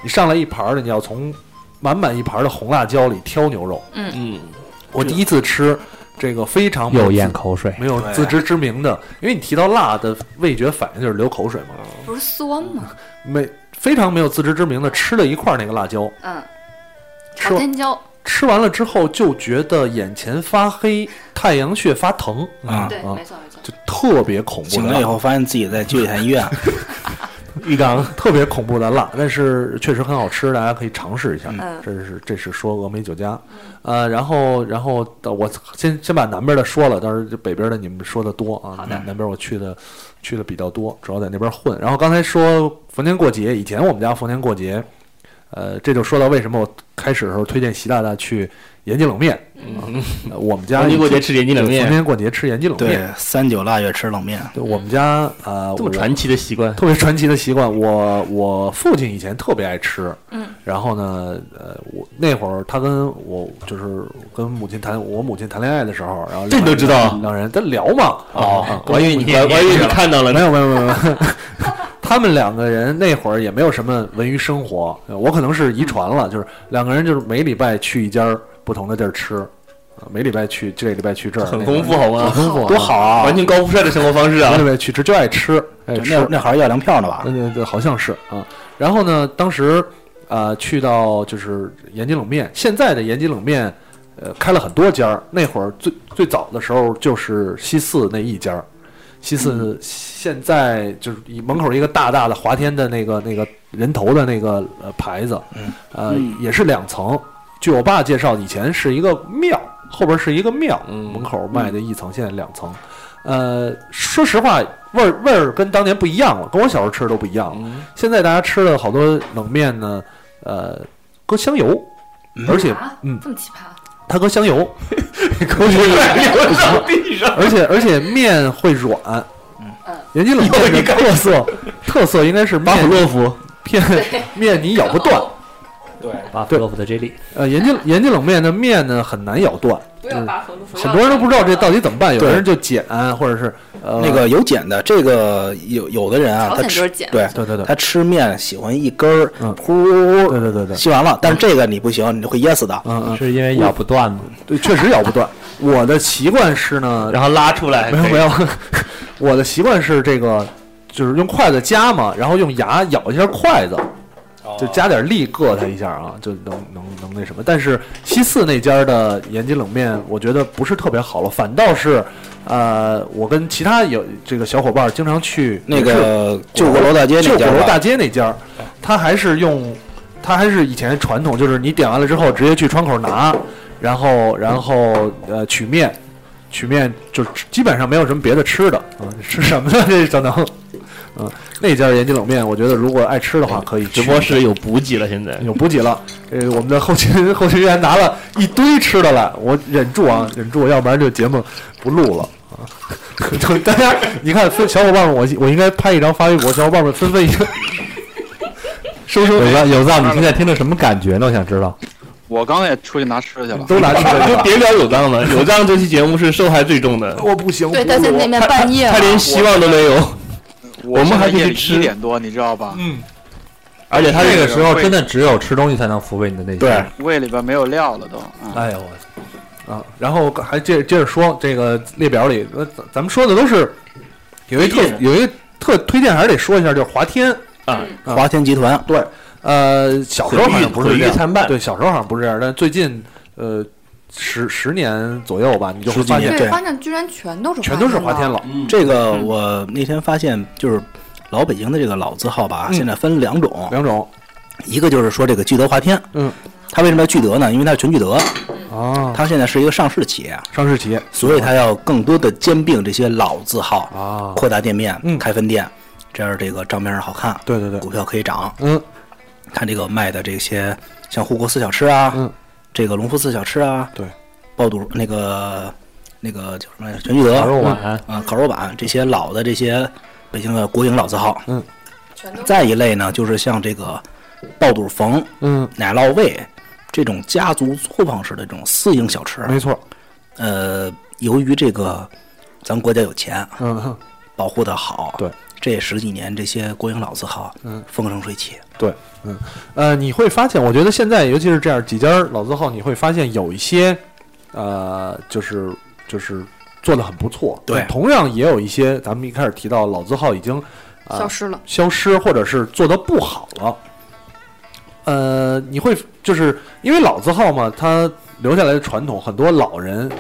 A: 你上来一盘儿的，你要从满满一盘儿的红辣椒里挑牛肉。
D: 嗯
A: 嗯，我第一次吃这个非常
E: 又咽口水，
A: 没有自知之明的，因为你提到辣的味觉反应就是流口水嘛，
D: 不是酸吗？
A: 没非常没有自知之明的吃了一块儿那个辣椒，
D: 嗯，
A: 吃
D: 炒
A: 完
D: 尖椒，
A: 吃完了之后就觉得眼前发黑，太阳穴发疼
B: 啊
D: 对，
A: 啊
D: 没错没错。
A: 就特别恐怖
B: 醒
A: 的
B: 了以
A: 辣，
B: 后发现自己在旧金山医院，
A: 浴缸特别恐怖的辣，但是确实很好吃，大家可以尝试一下。
D: 嗯
A: 这是这是说峨眉酒家，呃，然后然后呃我先先把南边的说了，但是北边的你们说的多啊，南南边我去的去的比较多，主要在那边混。然后刚才说逢年过节，以前我们家逢年过节，呃，这就说到为什么我开始的时候推荐习大大去延吉冷面，嗯、我们家
C: 逢年过节吃延吉冷面
A: 逢年过节吃延吉冷面
B: 对，，三九腊月吃冷面，
A: 对我们家呃
C: 这么
A: 我
C: 传奇的习惯。
A: 特别传奇的习惯，我我父亲以前特别爱吃，
D: 嗯，
A: 然后呢，呃，我那会儿他跟我就是跟母亲谈，我母亲谈恋爱的时候，然后
C: 这你都知道哦
A: 两人在聊嘛，
G: 哦
A: 啊
C: 我还以为你，我还以为你看到了
A: 没
C: 呢。
A: 有没有没有，没有他们两个人那会儿也没有什么文娱生活，我可能是遗传了，就是两个人就是每礼拜去一家不同的地儿吃，啊每礼拜去这礼拜去这儿，
C: 很
A: 那个
C: 丰富，好吗？
A: 很丰富，
B: 多好啊！
C: 完全高富帅的生活方式
A: 每
C: 啊！
A: 礼拜去吃就爱吃，
D: 哎
A: 爱吃
B: 那那还要粮票呢吧？
A: 对对对，好像是啊。然后呢，当时呃去到就是延吉冷面，现在的延吉冷面呃开了很多家儿，那会儿最最早的时候就是西四那一家儿，西四现在就是以门口一个大大的华天的那个那个人头的那个呃牌子，呃也是两层。据我爸介绍，以前是一个庙，后边是一个庙，门口卖的一层，现在两层。呃，说实话，味儿味儿跟当年不一样了，跟我小时候吃的都不一样了。现在大家吃的好多冷面呢，呃，搁香油，而且
D: 啊
A: 嗯，
D: 这么奇葩，
A: 它搁香油，
C: 口水流到地上。
A: 而且而且面会软。
D: 嗯
A: 延吉冷面的特色特色应该是巴甫洛夫片面你咬不断，
E: 巴甫洛夫的 J 里，
A: 呃，延吉延吉冷面的面呢很难咬断，
D: 不要拔河路，
A: 很多人都不知道这到底怎么办，有的人就剪，或者是呃
B: 那个有碱的，这个有有的人啊，
D: 朝
B: 他
D: 鲜就
B: 吃
D: 是碱
B: 对
A: 对对对
B: 他吃面喜欢一根儿
A: 嗯，
B: 呼，对
A: 对对对对
B: 吸完了，但是这个你不行，你会噎死的。
A: 嗯嗯，
E: 是因为咬不断吗？
A: 对，确实咬不断。我的习惯是呢，
C: 然后拉出来，
A: 嗯没有没有， 我的习惯是这个，就是用筷子夹嘛，然后用牙咬一下筷子，
E: 哦
A: 就加点力硌它一下啊，就能能能那什么。但是西四那家的延吉冷面，我觉得不是特别好了，反倒是，呃，我跟其他有这个小伙伴经常去
B: 那
A: 也是
B: 个旧鼓楼大街那
A: 旧鼓
B: 家
A: 楼
B: 吧
A: 大街那家儿，他还是用，他还是以前传统，就是你点完了之后直接去窗口拿，然后然后呃取面，取面就基本上没有什么别的吃的啊、吃什么呢？这小能，嗯、那家延吉冷面，我觉得如果爱吃的话可以去
G: 直播室有补给了，现在
A: 哎有补给了。呃，我们的后勤后勤员拿了一堆吃的来，我忍住啊，忍住，要不然这节目不录了。啊！ 就大家，你看，分小伙伴们，我我应该拍一张发微博，小伙伴们纷纷一个，收收
E: 有藏有藏，你现在听着什么感觉呢？我想知道。
F: 我刚才也出去拿吃的去了。
A: 都拿出来
G: 就
A: 了。
G: 别聊有藏了，有藏这期节目是受害最重的，
A: 我不行，
H: 对，他在那边半夜
G: 他
H: 了，
G: 连希望都没有，
F: 我
G: 我们
F: 现
G: 还
F: 在
G: 可以
F: 夜里
G: 吃
F: 一点多，你知道吧？
G: 而且他
E: 这
G: 这
E: 个
G: 个
E: 时候哦真的只有吃东西才能抚慰你的内心。
B: 对，
F: 胃里边没有料了都。啊
A: 哎呦我啊！然后还接接着说这个列表里，呃，咱咱们说的都是有一特有一特推荐，还是得说一下，就是华天。啊
B: 华天集团，
A: 对，呃，小时候好像不是这
G: 毁誉
A: 样，
G: 参半
A: 对，小时候好像不是这样，但最近呃十十年左右吧，你就会
B: 十几
A: 发现
B: 年
D: 对，
B: 对
D: 发现居然全都是
A: 全都是华天
D: 了，
A: 了。
B: 这个
A: 嗯
B: 我那天发现就是老北京的这个老字号吧，
A: 嗯
B: 现在分两种，
A: 两种
B: 一个就是说这个聚德华天，
A: 嗯，
B: 它为什么叫聚德呢？因为它是全聚德，
A: 啊，
B: 它现在是一个上市企业，啊
A: 上市企业
B: 所以它要更多的兼并这些老字号，
A: 啊，
B: 扩大店面，
A: 嗯
B: 开分店，这样这个账面上好看，
A: 对对对
B: 股，票可以涨。
A: 嗯
B: 看这个卖的这些，像护国寺小吃啊，
A: 嗯
B: 这个龙福寺小吃啊，
A: 对，
B: 爆肚那个那个叫什么来着？全聚德
E: 烤肉碗，
B: 啊，烤肉碗这些老的这些北京的国营老字号。
A: 嗯，
H: 全都
B: 再一类呢，就是像这个爆肚冯、
A: 嗯，
B: 奶酪味这种家族作坊式的这种私营小吃。
A: 嗯没错，
B: 呃，由于这个咱国家有钱，
A: 嗯
B: 保护的好，
A: 对，
B: 这十几年这些国营老字号，
A: 嗯，
B: 风生水起。
A: 对，嗯呃，你会发现，我觉得现在尤其是这样几家老字号，你会发现有一些呃，就是就是做的很不错，
B: 对
A: 但同样也有一些咱们一开始提到老字号已经啊
D: 消失了。
A: 消失，或者是做得不好了。呃，你会就是因为老字号嘛，它留下来的传统，很多老人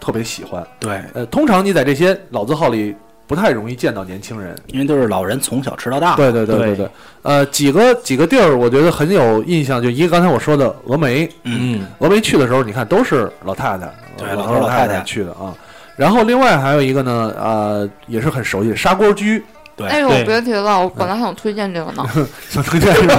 A: 特别喜欢。
B: 对，
A: 呃，通常你在这些老字号里不太容易见到年轻人。
B: 因为都是老人从小吃到大。
A: 对对对对对，呃，几个几个地儿，我觉得很有印象，就一个刚才我说的峨眉，
E: 嗯，
A: 峨眉去的时候，你看都是老太太，
B: 对
A: 老
B: 老头
A: 头
B: 儿
A: 老
B: 老太
A: 太
B: 太
A: 去的啊。然后另外还有一个呢，呃，也是很熟悉的砂锅居，
B: 对
H: 哎呦，别提了，我本来想推荐这个呢。
A: 想推荐是吧？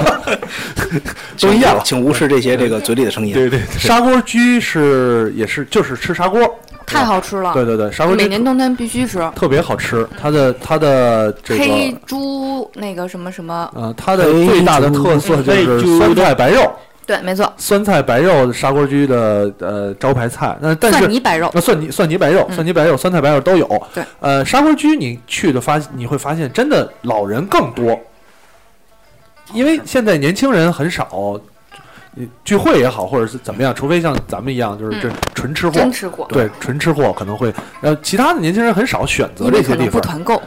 B: 都一样了，请无视这些这个嘴里的声音。对对，
A: 砂锅居是也是就是吃砂锅，
D: 太好吃了，
A: 对对对，砂锅
H: 每
A: 居
H: 年冬天必须吃
A: 特别好吃，它的它的这
D: 嗯黑
A: 个
D: 猪那个什么什么，
A: 呃，它的最大的特色就是酸菜白肉，
D: 对，没错，
A: 酸菜白肉砂锅居的呃招牌菜，那但
D: 蒜
A: 是。
D: 泥白肉
A: 那蒜泥、蒜泥白肉、
D: 嗯
A: 蒜泥白肉、酸菜白肉都有。
D: 对，
A: 呃，砂锅居你去的发，你会发现真的老人更多，因为现在年轻人很少，你聚会也好，或者是怎么样，除非像咱们一样，就是
D: 嗯
A: 这纯吃货，
D: 真吃过，
A: 对，纯吃货可能会，呃，其他的年轻人很少选择
D: 因
A: 这
D: 为可
A: 些地
D: 能不
A: 方，
D: 团购，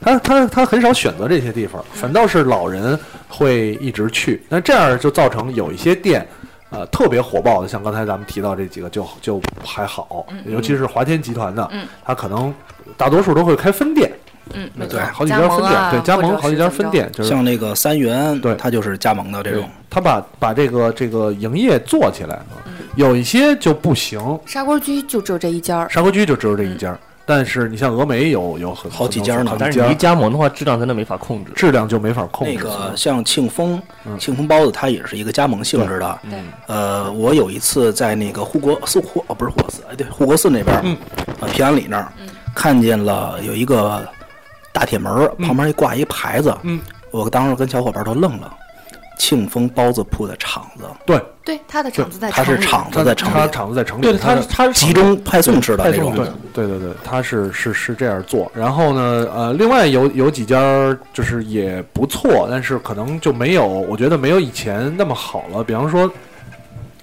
A: 他他他很少选择这些地方，反倒是老人会一直去，那这样就造成有一些店，呃，特别火爆的，像刚才咱们提到这几个就就还好，尤其是华天集团的，
D: 嗯
A: 他可能大多数都会开分店，
D: 嗯，没错啊
B: 对，
A: 好几家分店，对，加盟好几家分，店，就是
B: 像那个三元，
A: 对
B: 它就是加盟的这种。
A: 他把把这个这个营业做起来了，
D: 嗯
A: 有一些就不行，
D: 砂锅居就只有这一家儿，
A: 砂锅居就只有这一
D: 嗯
A: 家儿，但是你像峨眉有有很
B: 好几家
A: 很
B: 呢
A: 多
G: 但是
A: 家
G: 你一加盟的话，质量真的没法控制。
A: 质量就没法控制。
B: 那个像庆丰，庆丰包子它也是一个加盟性质的。
D: 对对
B: 呃，我有一次在那个护国寺护哦不是护国寺，哎对护国寺那边，嗯，呃平安里那儿看见了有一个大铁门儿旁边一挂一牌子，嗯，我当时跟小伙伴都愣了，庆丰包子铺的厂子，
A: 对，
D: 对，他的厂子在
B: 它是
D: 城里
B: 厂
A: 他
B: 子在城
A: 他
B: 里，
A: 厂子在城里，
G: 对，他
A: 是
G: 他
B: 集中派送式的那种，
A: 对对对对，他是是是这样做。然后呢，呃，另外有有几家儿就是也不错，但是可能就没有，我觉得没有以前那么好了。比方说，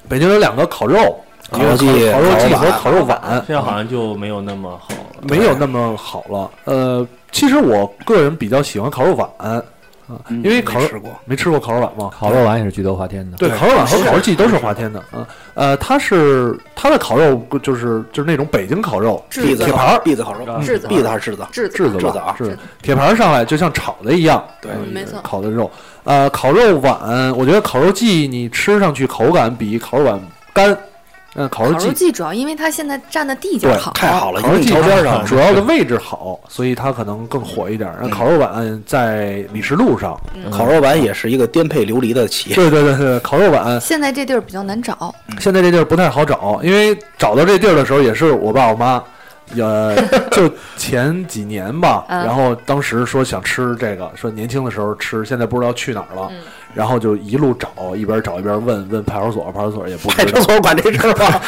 A: 北京有两个烤肉，
B: 烤肉季
A: 一个烤烤肉季
B: 烤
A: 和
B: 肉碗
A: 烤肉碗，
G: 现在好像就没有那么好了。
A: 没有那么好了。呃，其实我个人比较喜欢烤肉碗，啊，
F: 嗯
A: 因为烤
B: 没
A: 肉
B: 吃过，
A: 没吃过烤肉碗吗？
E: 烤肉丸也是巨头华天的，
A: 对，
B: 对
A: 烤肉碗和
B: 是
A: 烤肉季都是华天的啊。呃，它是它的烤肉就是就是那种北京烤肉，
B: 篦子
A: 铁
B: 烤
A: 盘儿
B: 篦子烤肉，
A: 啊
B: 篦
H: 柿
B: 子
H: 子
B: 还是柿子？
H: 质
A: 炙子
B: 炙
A: 吧，
B: 子啊
A: 是铁盘儿上来就像炒的一样，
B: 对
A: 嗯
H: 没错
A: 烤的肉。呃，烤肉碗，我觉得烤肉季你吃上去口感比烤肉碗干，嗯，烤肉
D: 烤
A: 季
D: 肉季主要因为它现在占的地界
A: 对
D: 好，
B: 太好了，
A: 烤肉
B: 一
A: 季
B: 桥边上嗯
A: 主要的位置好，所以它可能更火一点儿。那烤肉碗在李石路上，
B: 烤肉丸也是一个颠沛流离的企业，
A: 对对对对，烤肉碗
D: 现在这地儿比较难找，
A: 现在这地儿不太好找，因为找到这地儿的时候也是我爸我妈， 呃，就前几年吧，
D: 嗯
A: 然后当时说想吃这个，说年轻的时候吃，现在不知道去哪儿
D: 嗯
A: 了，然后就一路找，一边找一边问问派出所，派出所也不
B: 派
A: 知
B: 出
A: 道，
B: 所管这事儿吗？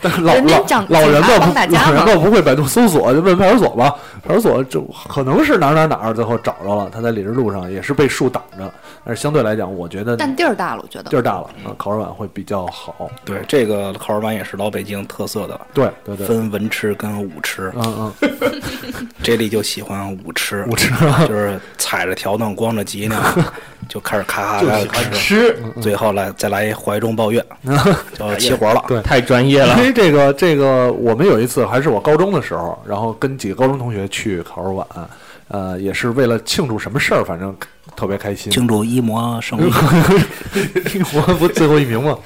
A: 但是老
D: 人民
A: 老
D: 长
A: 老人
D: 警
A: 们
D: 察帮大
A: 不
D: 家
A: 老人
D: 嘛
A: 们不会百度搜索，就问派出所吧，派出所就可能是哪儿哪儿哪儿，最后找着了，他在李石路上也是被树挡着，但是相对来讲，我觉得
D: 但嗯地儿大了，我觉
A: 地
D: 得。
A: 儿大了啊，烤肉碗会比较好，
B: 对，这个烤肉丸也是老北京特色的，
A: 对对对，
B: 分文吃跟武吃，
A: 嗯
B: 这里就喜欢武吃，
A: 嗯，我吃。
B: 就是踩着条弄，光着脊梁，就开始咔咔咔咔吃，
C: 吃
B: 最后来再来一怀中抱怨，就齐活了。
A: 对哎
C: 太专业了
A: 因，为这个这个，我们有一次还是我高中的时候，然后跟几个高中同学去烤肉碗，呃，也是为了庆祝什么事儿，反正特别开心。
B: 庆祝一模胜利，
A: 我不最后一名嘛，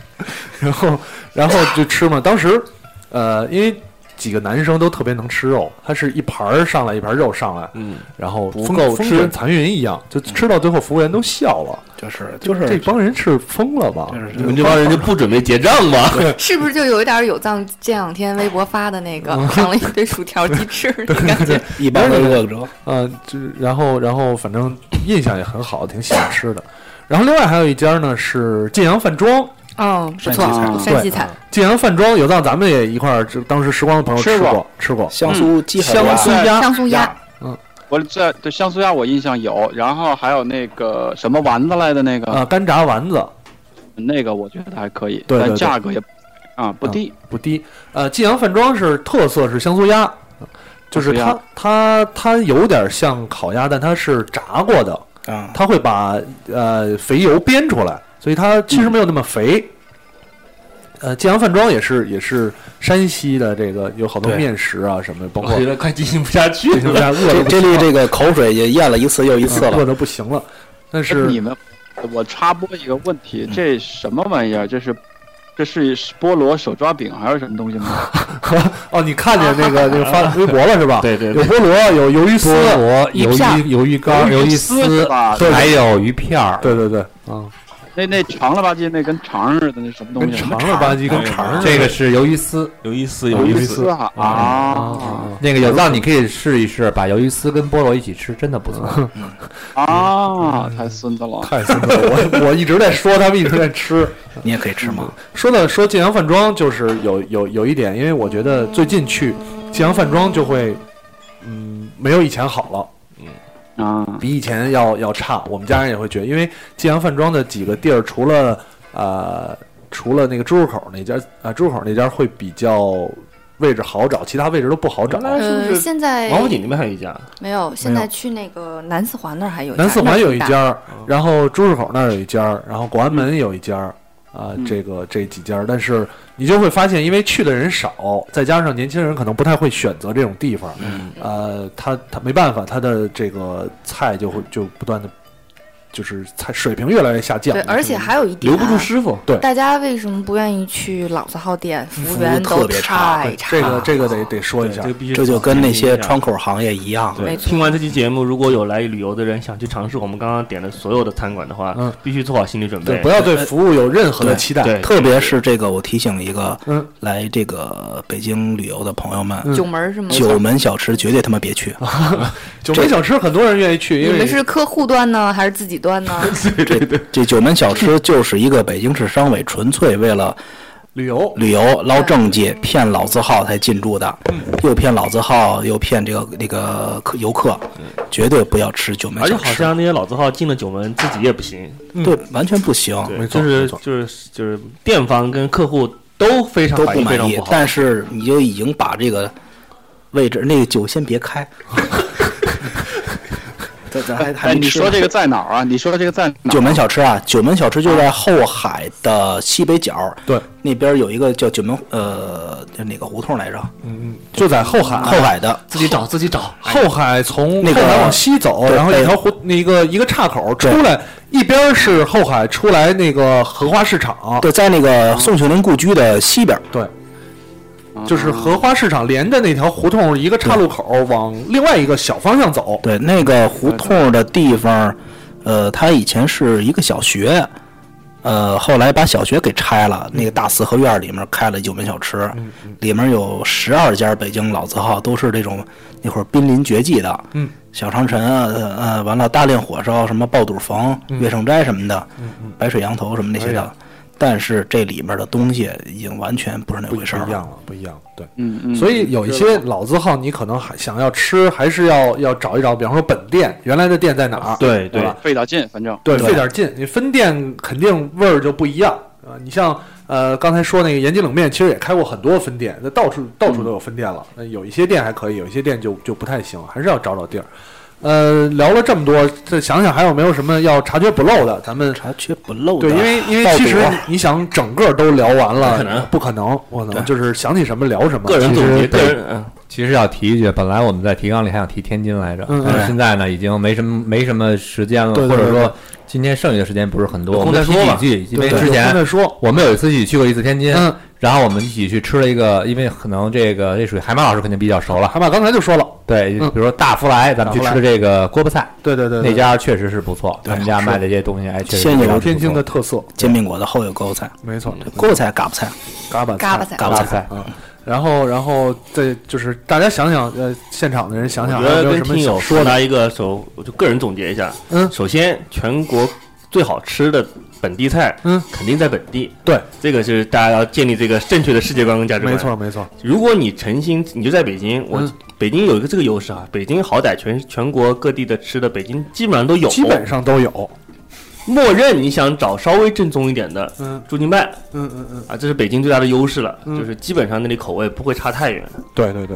A: 然后然后就吃嘛。当时呃，因为几个男生都特别能吃肉，他是一盘儿上来一盘儿肉上来，
C: 嗯，
A: 然后不够风
C: 吃
A: 卷残云一样，就吃到最后服务员都笑了，
B: 就是就是
A: 这帮人是疯了吧？
C: 你们这帮人就不准备结账吗？
D: 是不是就有一点儿有藏这两天微博发的那个上了一堆薯条鸡翅的感觉？
B: 一般人饿着。
A: 呃，这然后然后反正印象也很好，挺喜欢吃的。然后另外还有一家呢是晋阳饭庄，
D: 嗯，不错
B: 山西菜啊，
D: 山西菜，
A: 晋阳饭庄有藏咱们也一块儿，就当时时光的朋友
F: 吃过
A: 过，吃过，
B: 香酥鸡啊海
A: 香酥
B: 鸭，
A: 鸭
D: 江苏鸭，
F: 我这对香酥鸭我印象有，然后还有那个什么丸子来的那个，
A: 啊，干炸丸子
F: 那个我觉得还可以，
A: 对对
F: 但
A: 对
F: 价格也啊不低。
A: 不低。呃，晋阳饭庄是特色是香酥鸭，就是
F: 香酥
A: 它
F: 鸭
A: 它它有点像烤鸭，但它是炸过的，
B: 啊，
A: 它会把呃肥油煸出来，所以它其实没有那么肥。呃，晋阳饭庄也是也是山西的这个有好多
B: 对
A: 面食啊什么的，包括
C: 我觉得快进行不下去
A: 有
C: 了。
A: 点饿的
B: 这这里这个口水也咽了一次又一次
A: 饿
B: 了。
A: 的不行了。但是
F: 你们，我插播一个问题，这什么玩意儿？这是这是菠萝手抓饼还是什么东西吗？
A: 哦，你看见那个那个发微博了是吧？
C: 对对
A: 有
C: 对，
A: 菠萝，有鱿鱼丝，
E: 菠萝、
D: 一
E: 鱿
D: 片儿
E: 鱼、鱿鱼干、鱿鱼丝
F: 是，吧？
A: 对
E: 还有鱼片儿。
A: 对对对，啊，
F: 那那长了吧唧那跟肠似的那什么东
A: 跟
F: 西？啊
A: 肠儿吧
B: 哎
A: 唧，跟肠儿似的
E: 这个是鱿鱼丝，
C: 有意思，
F: 有
C: 有
F: 意
C: 意
F: 思
C: 思。
F: 啊！
A: 啊
F: 啊
E: 那个有藏你可以试一试，把鱿鱼丝跟菠萝一起吃，真的不错。
F: 啊！太孙子了，
A: 太孙子了！我我一直在说，他们一直在吃。
B: 你也可以吃吗？
A: 说到说晋阳饭庄，就是有有有一点，因为我觉得最近去晋阳饭庄就会，嗯，没有以前好了。
F: 啊，
A: 比以前要要差。我们家人也会觉得，因为晋阳饭庄的几个地儿，除了呃除了那个猪肉口那家啊、呃猪肉口那家会比较位置好找，其他位置都不好找。
C: 那是
D: 呃，
C: 不是
D: 现在
C: 王府井那边还有一家？
D: 没有，现在去那个南四环那儿还有一家
A: 南四环有一，
D: 那儿挺大嗯
A: 家儿，然后朱市口那儿有一家儿，然后广安门有一家儿，啊、
F: 嗯
A: 这个这几家儿，但是你就会发现，因为去的人少，再加上年轻人可能不太会选择这种地方，呃，他他没办法，他的这个菜就会就不断的，就是菜水平越来越下降
D: 对，，而且还有一点
C: 留不住
D: 啊
C: 师傅，
D: 大家为什么不愿意去老字号店？服务员
B: 嗯服务
D: 都
B: 特别差
D: 太
A: 这个这
D: 哦
A: 个得得说一下，
C: 必须
B: 这就跟那些
C: 窗。
B: 窗口行业一
G: 嗯
B: 样，
C: 对，
D: 没错
C: 听完这期节目，如果有来旅游的人想去尝试我们刚刚点的所有的餐馆的话，
A: 嗯
C: 必须做好心理准备
A: 不。要对服务有任何的
B: 对
A: 期待。
C: 对，
B: 特别是这个，我提醒一个
A: 嗯
B: 来这个北京旅游的朋友们，
A: 嗯
H: 九门儿是吗？
B: 九门小吃绝对他妈别去，
A: 九门小吃很多人愿意去，
D: 你
A: 因为
D: 们是客户端呢，还是自己端 呢？
B: 这九门小吃就是一个北京市商委纯粹为了
A: 旅游。
B: 旅游捞政绩、骗老字号才进驻的，又骗老字号，又骗这个那个客游客，绝对不要吃九门
C: 而且
B: 小
C: 好
B: 吃，
C: 像那些老字号进了九门自己也不行，
B: 对，完全不行，
C: 对，
A: 没错
C: 就是
A: 没错
C: 就是就是店方跟客户都非常
B: 都
C: 反
B: 不
C: 应非
B: 满
C: 常
B: 意
C: 不。好。
B: 但是你就已经把这个位置，那个酒先别开， 咱咱还还
F: 哎，
B: 没
F: 你
B: 吃
F: 说
B: 呢
F: 这个在哪儿啊？ 你说这个在哪儿？
B: 九门小吃啊，九门小吃就在后海的西北角，
A: 对，
B: 那边有一个叫九门呃叫哪个胡同来着？
A: 嗯，就在后海，
B: 后海的，
G: 自己找自己找，
A: 后海从
B: 那
A: 后
B: 个
A: 海往西走，
B: 对
A: 然后一条湖，那个一个岔口出来，一边是后海，出来那个荷花市场，
B: 对，在那个宋庆龄故居的西边。
A: 就是荷花市场连着那条胡同一个岔路口往另外一个小方向走。
B: 对，那个胡同的地方，呃，它以前是一个小学，呃，后来把小学给拆了，那个大四合院里面开了九门小吃，
A: 嗯
B: 里面有十二家北京老字号，都是这种那会儿濒临绝迹的，
A: 嗯，
B: 小长城啊，呃呃，完了大炼火烧，什么爆肚房、
A: 嗯
B: 岳盛斋什么的，白水羊头什么那些
A: 哎
B: 的。但是这里面的东西已经完全不是那
A: 不
B: 回事儿
A: 一
B: 了。
A: 样了，不一样了。对，
F: 嗯嗯，
A: 所以有一些老字号，你可能还想要吃，还是要要找一找，比方说本店原来的店在哪儿，
C: 对对
A: 吧？
F: 费点劲，反正
A: 对，
B: 对
A: 费点劲。你分店肯定味儿就不一样啊。你像呃刚才说那个延吉冷面，其实也开过很多分店，那到处到处都有分店了。那有一些店还可以，有一些店就就不太行，还是要找找地儿。呃，聊了这么多，这想想还有没有什么要察觉不漏的？咱们
B: 察觉不漏的，
A: 对，因为因为
B: 爆
A: 其实
B: 肚啊
A: 你你想整个都聊完了，
C: 不可能
A: 不可能，我能就是想起什么聊什么。
C: 个人总
E: 其
C: 结，
E: 实
C: 个人嗯
E: 其实要提一句，本来我们在提纲里还想提天津来着，
A: 嗯
E: 但是
B: 嗯
E: 现在呢已经没什么没什么时间了，
A: 对对对
E: 或者
A: 对
E: 说今天剩余的时间不是很多，
C: 有
E: 我
C: 空
E: 们
C: 再
E: 就
C: 说
E: 提几
C: 吧
E: 句，因为
A: 对
E: 之
A: 我
E: 前
A: 跟他说，
E: 我们有一次一起去过一次天津，
A: 嗯，
E: 然后我们一起去吃了一个，因为可能这个这属于海马老师肯定比较熟了，
A: 海马刚才就说了，
E: 对，
A: 嗯
E: 比如说大福来，咱们去吃的这个锅巴菜
A: 对对对，对
E: 那家确实是不错，
B: 对
E: 他们家
B: 好吃
E: 卖的这些东西哎，确实
B: 现
E: 非
B: 有
E: 常
A: 天津
E: 不
A: 的
E: 错
A: 特色，
B: 煎饼果子后有勾菜，
A: 没错，
B: 勾菜嘎巴菜，
A: 嘎巴
H: 嘎巴菜
B: 嘎
E: 辣
B: 巴菜。
E: 菜，
A: 啊，然后然后再就是大家想想，呃，现场的人想想
C: 我觉
A: 还有
C: 得
A: 没
C: 跟
A: 有什么
C: 听
A: 想
C: 友
A: 说的？
C: 达一个首，我就个人总结一下。
A: 嗯
C: 首先全国最好吃的本地菜，
A: 嗯，
C: 肯定在本地。
A: 对，
C: 这个是大家要建立这个正确的世界观跟价值观。
A: 没，错没错，
C: 如果你诚心，你就在北京，我、
A: 嗯
C: 北京有一个这个优势啊，北京好歹全全国各地的吃的，北京基本上都有。
A: 基本上都有。
C: 默认你想找稍微正宗一点的，
A: 嗯
C: 驻京办
A: 嗯嗯嗯，
C: 啊，这是北京最大的优势了，
A: 嗯啊
C: 就是基本上那里口味不会差太远。
A: 对对对，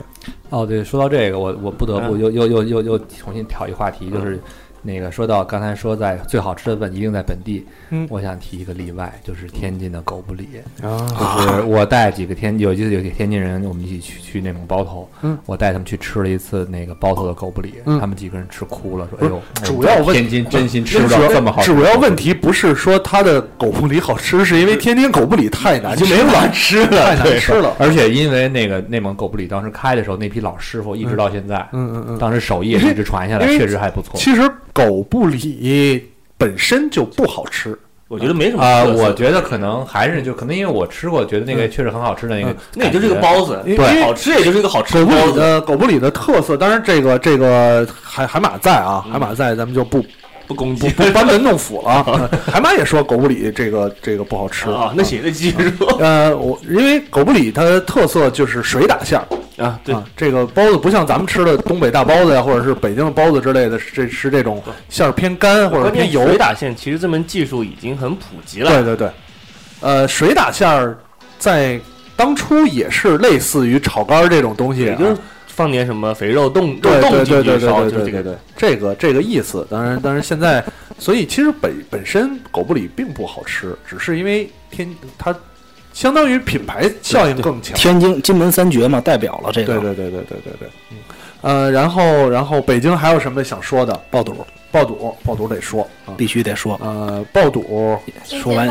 E: 哦，对，说到这个，我我不得不
C: 嗯
E: 又又又又又重新挑一话题，
A: 嗯
E: 就是那个说到刚才说在最好吃的本一定在本地，
A: 嗯
E: 我想提一个例外，就是天津的狗不理，
A: 啊，
E: 就是我带几个天有一次有几个天津人，我们一起去去内蒙包头，
A: 嗯
E: 我带他们去吃了一次那个包头的狗不理，
A: 嗯
E: 他们几个人吃哭了，说
A: 不
E: 哎
A: 是
E: 呦，
A: 主要问
E: 天津真心吃不
A: 主
E: 到
A: 要
E: 这么好吃的狗
A: 主
E: 不理，
A: 要问题不是说它的狗不理好吃，是因为天津狗不理太难吃了，
C: 吃
A: 太难
C: 对，
A: 吃了。
E: 而且因为那个内蒙狗不理当时开的时候，那批老师傅一直到现在，
A: 嗯嗯嗯，
E: 当时手艺也是一直传下来，
A: 因为
E: 确实还不错。
A: 其实狗不理本身就不好吃，
C: 我觉得没什么
E: 啊、
C: 特色
E: 我觉得可能还是就可能因为我吃过，觉得那个
A: 嗯
E: 确实很好吃的那个
A: 嗯，
C: 那也就是一个
E: 感觉。
C: 包子，
A: 因为因为
C: 好吃也就是一个好吃
A: 狗
C: 的
A: 不
C: 包
A: 理
C: 子，
A: 的狗不理的特色，当然这个这个海海马在啊，海马在，咱们就不
C: 不攻
A: 不
C: 击。
A: 不班门弄斧了。 海马也说狗不理这个这个不好吃
C: 啊，那行，那继续说
A: 呃，我因为狗不理它的特色就是水打馅儿
C: 啊， 对，
A: 啊，这个包子不像咱们吃的东北大包子呀，或者是北京的包子之类的，是这是这种馅儿偏干或者
C: 关键
A: 偏油。
C: 水打线其实这门技术已经很普及了，
A: 对对对，呃，水打馅儿在当初也是类似于炒肝儿这种东西
C: 也
A: 啊，
C: 就是放点什么肥肉冻
A: 对
C: 肉冻
A: 对对
C: 进
A: 对
C: 去
A: 对
C: 烧，
A: 对
C: 就是这
A: 对对
C: 个。
A: 对，这个这个意思。当然，当然现在，所以其实本本身狗不理并不好吃，只是因为天它相当于品牌效应更强。
B: 天津金门三绝嘛，代表了这个
A: 对对对对对对对，嗯，呃，然后然后北京还有什么想说的？
B: 爆肚，
A: 爆肚，爆肚得说啊，
B: 必须得说
A: 呃，爆肚，
B: 说完，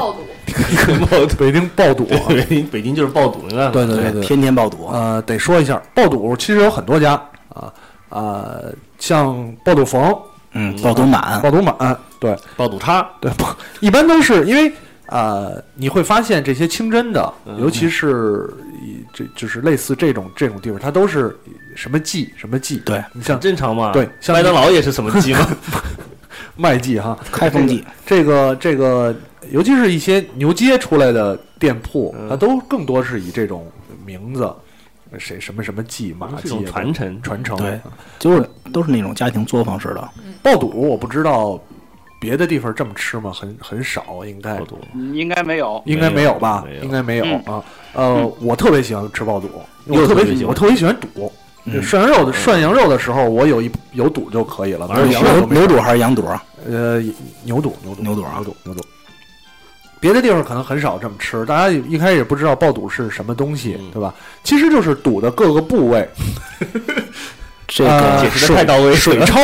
A: 北京爆肚，对
C: 北京北京就是爆肚，你看，
A: 对对对，
B: 天天爆肚，
A: 呃，得说一下爆肚，其实有很多家啊啊、呃像爆肚冯、
B: 嗯，爆肚满，
A: 爆肚满，对，
C: 爆肚叉，
A: 对，不，一般都是因为呃，你会发现这些清真的，
C: 嗯
A: 尤其是以这就是类似这种这种地方，它都是什么记什么记，
B: 对，
A: 你
C: 很
A: 像
C: 正常嘛。
A: 对像
C: 麦当劳也是什么鸡嘛，
A: 麦记哈，
B: 开封记，
A: 这个这个，尤其是一些牛街出来的店铺，
C: 嗯
A: 它都更多是以这种名字，谁什么什么记马
C: 这
A: 记
C: 种传承。
A: 传承
B: 对就是都是那种家庭作坊式的，
A: 爆肚，我不知道别的地方这么吃吗？很很少，应该
C: 爆肚，
F: 嗯应该没有。
A: 应该没有吧？
C: 没有
A: 应该没有
F: 嗯
A: 啊。呃，我特别喜欢吃爆肚，
C: 又
A: 我特
C: 特别喜
A: 别
C: 欢嗯
A: 我特别喜欢肚，
B: 嗯
A: 就涮羊肉的涮羊肉的时候，我有一有肚就可以了，没有羊肉
B: 牛
A: 都没
B: 牛肚还是羊肚啊？
A: 呃牛肚牛肚
B: 牛肚啊
A: 牛肚牛肚。别的地方可能很少这么吃，大家一开始也不知道爆肚是什么东西，
C: 嗯
A: 对吧？其实就是肚的各个部位，
B: 这
A: 呃
C: 解
B: 个
C: 释的太到位了，
A: 水焯、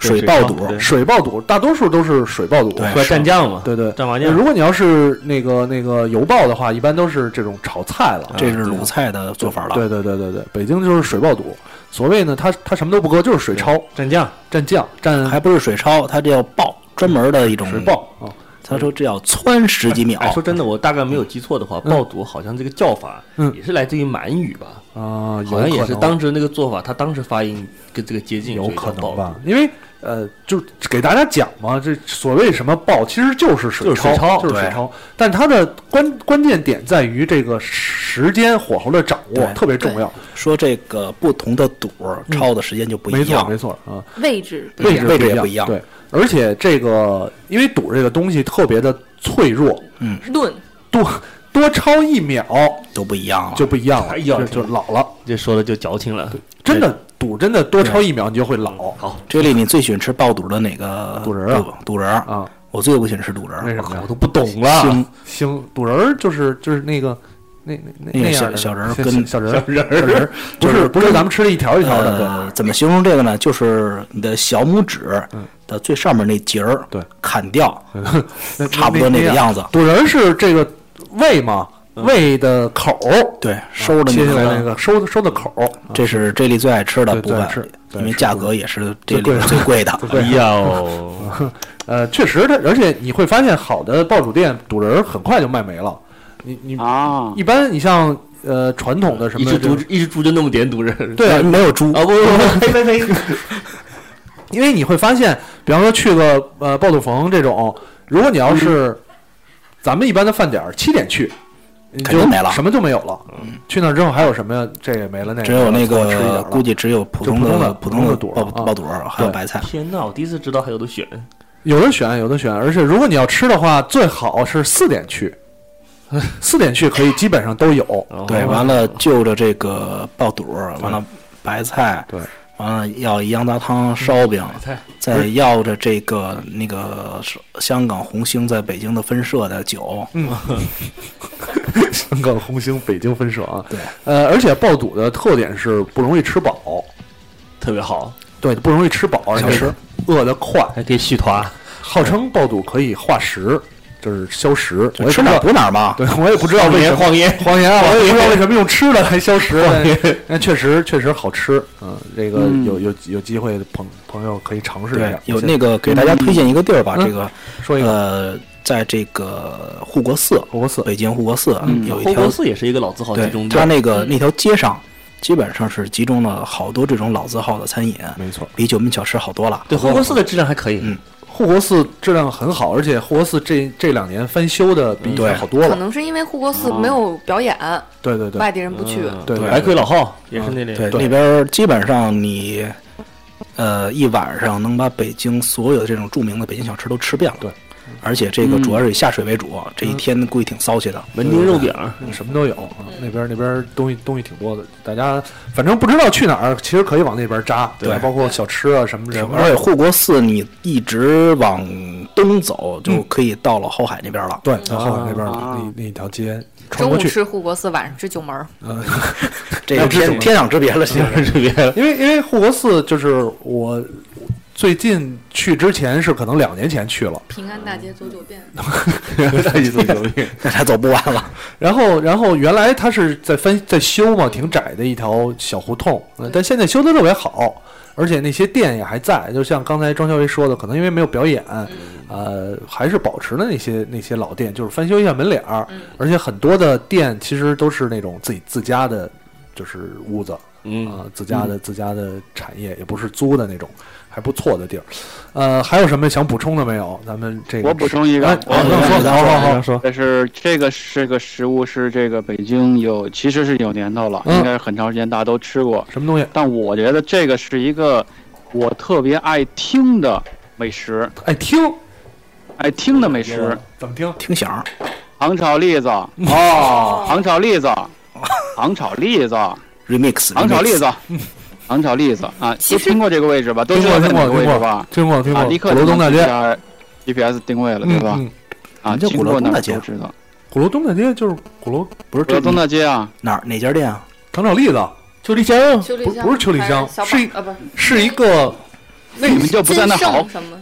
B: 水爆肚，
C: 对
A: 水爆肚，大多数都是水爆肚。
B: 对
C: 和蘸酱嘛，
A: 对对，
G: 蘸麻酱
A: 如果你要是那个那个油爆的话，一般都是这种炒菜了。
C: 嗯
B: 这是鲁菜的做法了。
A: 对对对对对，北京就是水爆肚。所谓呢，它它什么都不搁，就是水焯、
G: 蘸酱，
A: 蘸酱、蘸
B: 还不是水焯，它这叫爆，专门的一种
A: 水爆。啊。
B: 他说这要汆十几秒
G: 哎，，说真的，我大概没有记错的话，爆肚好像这个叫法
A: 嗯
G: 也是来自于满语吧，
A: 啊，有
G: 好像也
A: 可
G: 是
A: 能
G: 当时那个做法，他当时发音跟这个接近，
A: 有
G: 所以叫
A: 可
G: 爆
A: 能
G: 肚
A: 吧，因为呃，就给大家讲嘛，这所谓什么爆，其实就是水
G: 就是水
A: 焯，
G: 焯
A: 就是水
B: 对
A: 焯，但它的关关键点在于这个时间火候的掌握
B: 对
A: 特别重要，
B: 说这个不同的肚儿焯的时间就不
A: 嗯没
B: 一
A: 错没
B: 样。
A: 错啊，
D: 位置
B: 位置
A: 置
B: 位置也
A: 不
B: 不一样
A: 对，而且这个因为肚这个东西特别的脆弱，
B: 嗯
H: 论
A: 多多焯一秒
B: 都不一样了。
A: 就不一样了，
G: 哎呀
A: 就就老了，
G: 这说的就矫情了。
A: 真的肚真的多焯一秒你就会老
G: 好，
B: 这里你最喜欢吃爆肚的哪个
A: 肚仁儿啊？
B: 肚肚仁儿，
A: 啊，
B: 我最不喜欢吃肚仁
A: 为
B: 儿，
A: 什么呀
G: 我？都不懂了，
B: 腥
A: 行，肚仁儿就是就是那个那那
B: 那个
A: 样
B: 小
A: 的
B: 小人儿
A: 小
B: 跟
A: 小人儿小人 儿，不是不是咱们吃的一条一条的，对
B: 呃，怎么形容这个呢？就是你的小拇指的最上面那节儿，
A: 嗯对，嗯
B: 砍掉，
A: 那
B: 差不多那个
A: 样。
B: 样子。
A: 肚仁儿是这个胃嘛，
G: 嗯
A: 胃的口儿，
B: 对，收着
A: 啊切下来
B: 那
A: 那
B: 个，
A: 个收收的口儿，啊
B: 这是这里最爱吃的
A: 对
B: 部
A: 最
B: 分
A: 爱吃，对
B: 因为
A: 是
B: 价格也是这
A: 最
B: 里
A: 贵
B: 边
A: 的
B: 最贵的。
A: 对，
G: 呦，
A: 呃，确实它，而且你会发现好的爆肚店肚仁儿很快就卖没了，你你
F: 啊，
A: 一般你像呃传统的什
G: 一
A: 么
G: 只
A: 这
G: 猪
A: 种，
G: 一只猪就那么点毒人，
A: 对啊，
B: 呃没有猪
G: 啊不不不，呸呸呸，
A: 因为你会发现，比方说去个呃爆肚冯这种，如果你要是、
B: 嗯
A: 咱们一般的饭点儿七点去，你
B: 肯
A: 就
B: 定没了嗯
A: 什么就没有了。去那儿之后还有什么呀？这也没了，那也
B: 只有
A: 没了
B: 那
A: 凑合哎吃一点
B: 个
A: 儿了
B: 估计只有普
A: 就
B: 通
A: 普通的
B: 的
A: 普
B: 普
A: 通
B: 通
A: 的
B: 的
A: 肚儿
B: 爆
A: 啊
B: 爆肚儿，还有
A: 对
B: 白菜。
G: 天哪，我第一次知道还有的选，
A: 有的选，有的选，而且如果你要吃的话，最好是四点 去，四点去可以基本上都有。
B: 对，完
A: 哦
B: 了就着这个爆肚儿，完了白菜，
A: 对，
B: 完了要羊杂汤、烧饼，
G: 菜
B: 再要着这个那个是香港红星在北京的分社的酒，
A: 香港红星北京分社啊，
B: 对，
A: 呃，而且爆肚的特点是不容易吃饱，
G: 特别好，
A: 对，不容易吃饱，而
B: 小
A: 且
B: 吃
A: 饿得快，
G: 还可以续团，
A: 号称爆肚可以化食，就是消食。我也
B: 吃
A: 不知
B: 哪儿
A: 道
B: 补哪儿嘛。
A: 对，我也不知道为什么
G: 谎言
A: 谎言啊，我也不知道为什么用吃的来消食。但但确实确实好吃，嗯，这个有有有机会朋朋友可以尝试一
B: 对
A: 下。，
B: 有那个给大家推荐一个地儿吧，
A: 嗯
B: 这个
A: 说一个
B: 呃，在这个护国寺，
A: 火锅寺，
B: 北京护国寺啊有一
G: 侯
B: 条
G: 国寺也是一个老字号集
B: 对
G: 中，地
B: 它，那个那条街上，基本上是集中了好多这种老字号的餐饮，
A: 没错，
B: 比九门小吃好多了。
G: 对侯国寺的质量还可以，
A: 护国寺质量很好，而且护国寺这这两年翻修的比以前
B: 对
A: 好多
H: 可
A: 了。
H: 能是因为护国寺没有表演，
A: 对对对
H: 外地人不去。
B: 嗯
A: 对对，
G: 白魁老号也是那类，
B: 对，那边儿基本上你，呃，一晚上能把北京所有的这种著名的北京小吃都吃遍了。
A: 对，
B: 而且这个主要是以下水为主，这一天估计挺骚气的。
G: 门钉肉饼儿，
A: 什么都有啊，
H: 嗯
A: 那边那边东西东西挺多的，大家反正不知道去哪儿，其实可以往那边扎，
B: 对
A: 包括小吃啊什么什么
B: 而且护国寺你一直往东走，就可以到了后海那边了。
A: 对，到后海那边
F: 啊
A: 那那一条街穿
H: 哦中
A: 过
H: 午
A: 去，
H: 吃护国寺，晚上吃九门儿。
B: 这个
A: 那这
B: 天
A: 种
B: 天壤之别了，现 在
G: 这边
A: 因为因为护国寺就是我最近去之前是可能两年前去了，
H: 平安大街走九遍，
B: 那还走不完了。
A: 然后然后原来它是在翻在修嘛，挺窄的一条小胡同，呃但现在修的特别好，而且那些店也还在，就像刚才庄小维说的，可能因为没有表演，
H: 嗯
A: 呃，还是保持的那些那些老店，就是翻修一下门脸儿，
H: 嗯
A: 而且很多的店其实都是那种自己自家的，就是屋子，啊、自家的自家的产业，也不是租的那种，还不错的地儿。呃，还有什么想补充的没有？咱们这个
F: 我补充一
A: 哎
F: 个，
A: 好
F: 我
A: 那说好好好
G: 说，
F: 但是这个这个食物是这个北京有，其实是有年头了，
A: 嗯
F: 应该是很长时间大家都吃过。
A: 什么东西？
F: 但我觉得这个是一个我特别爱听的美食，
A: 哎，听
F: 爱听的美食，
A: 怎么听？
B: 听响儿，
F: 糖炒 栗子，
A: 哦，
F: 糖炒栗子，糖炒栗子，
B: remix，
F: 糖炒栗
B: remix
F: 子，糖炒栗子啊，
D: 其
F: 都
D: 实
F: 听过这个位置吧？都
A: 听
F: 知
A: 过
F: 道在
A: 听
F: 哪
A: 过
F: 个位
A: 听过
F: 置吧？
A: 听过听
F: 啊，
A: 过，
F: 立刻
A: 鼓楼
F: 就
A: 东大
F: 能
A: 街，
F: GPS 定位了，对
A: 嗯
F: 吧？
A: 嗯，
F: 啊，
B: 什么叫
F: 经
B: 鼓楼
F: 过
B: 东
F: 哪
B: 大
F: 儿
B: 街
F: 都知
A: 啊
F: 道。
A: 鼓楼东大街就是鼓楼
B: 不是
F: 鼓楼
B: 这
F: 东大街啊，
B: 哪儿哪家店啊？
A: 糖炒栗子，
G: 就丽江啊，
H: 秋
A: 嗯不
H: 丽香
A: 不是秋丽
H: 还
A: 香
H: 小呃
A: 是一
H: 宝啊，不是
A: 是一个那
F: 你们就不在那
H: 金
F: 好
H: 盛，什么？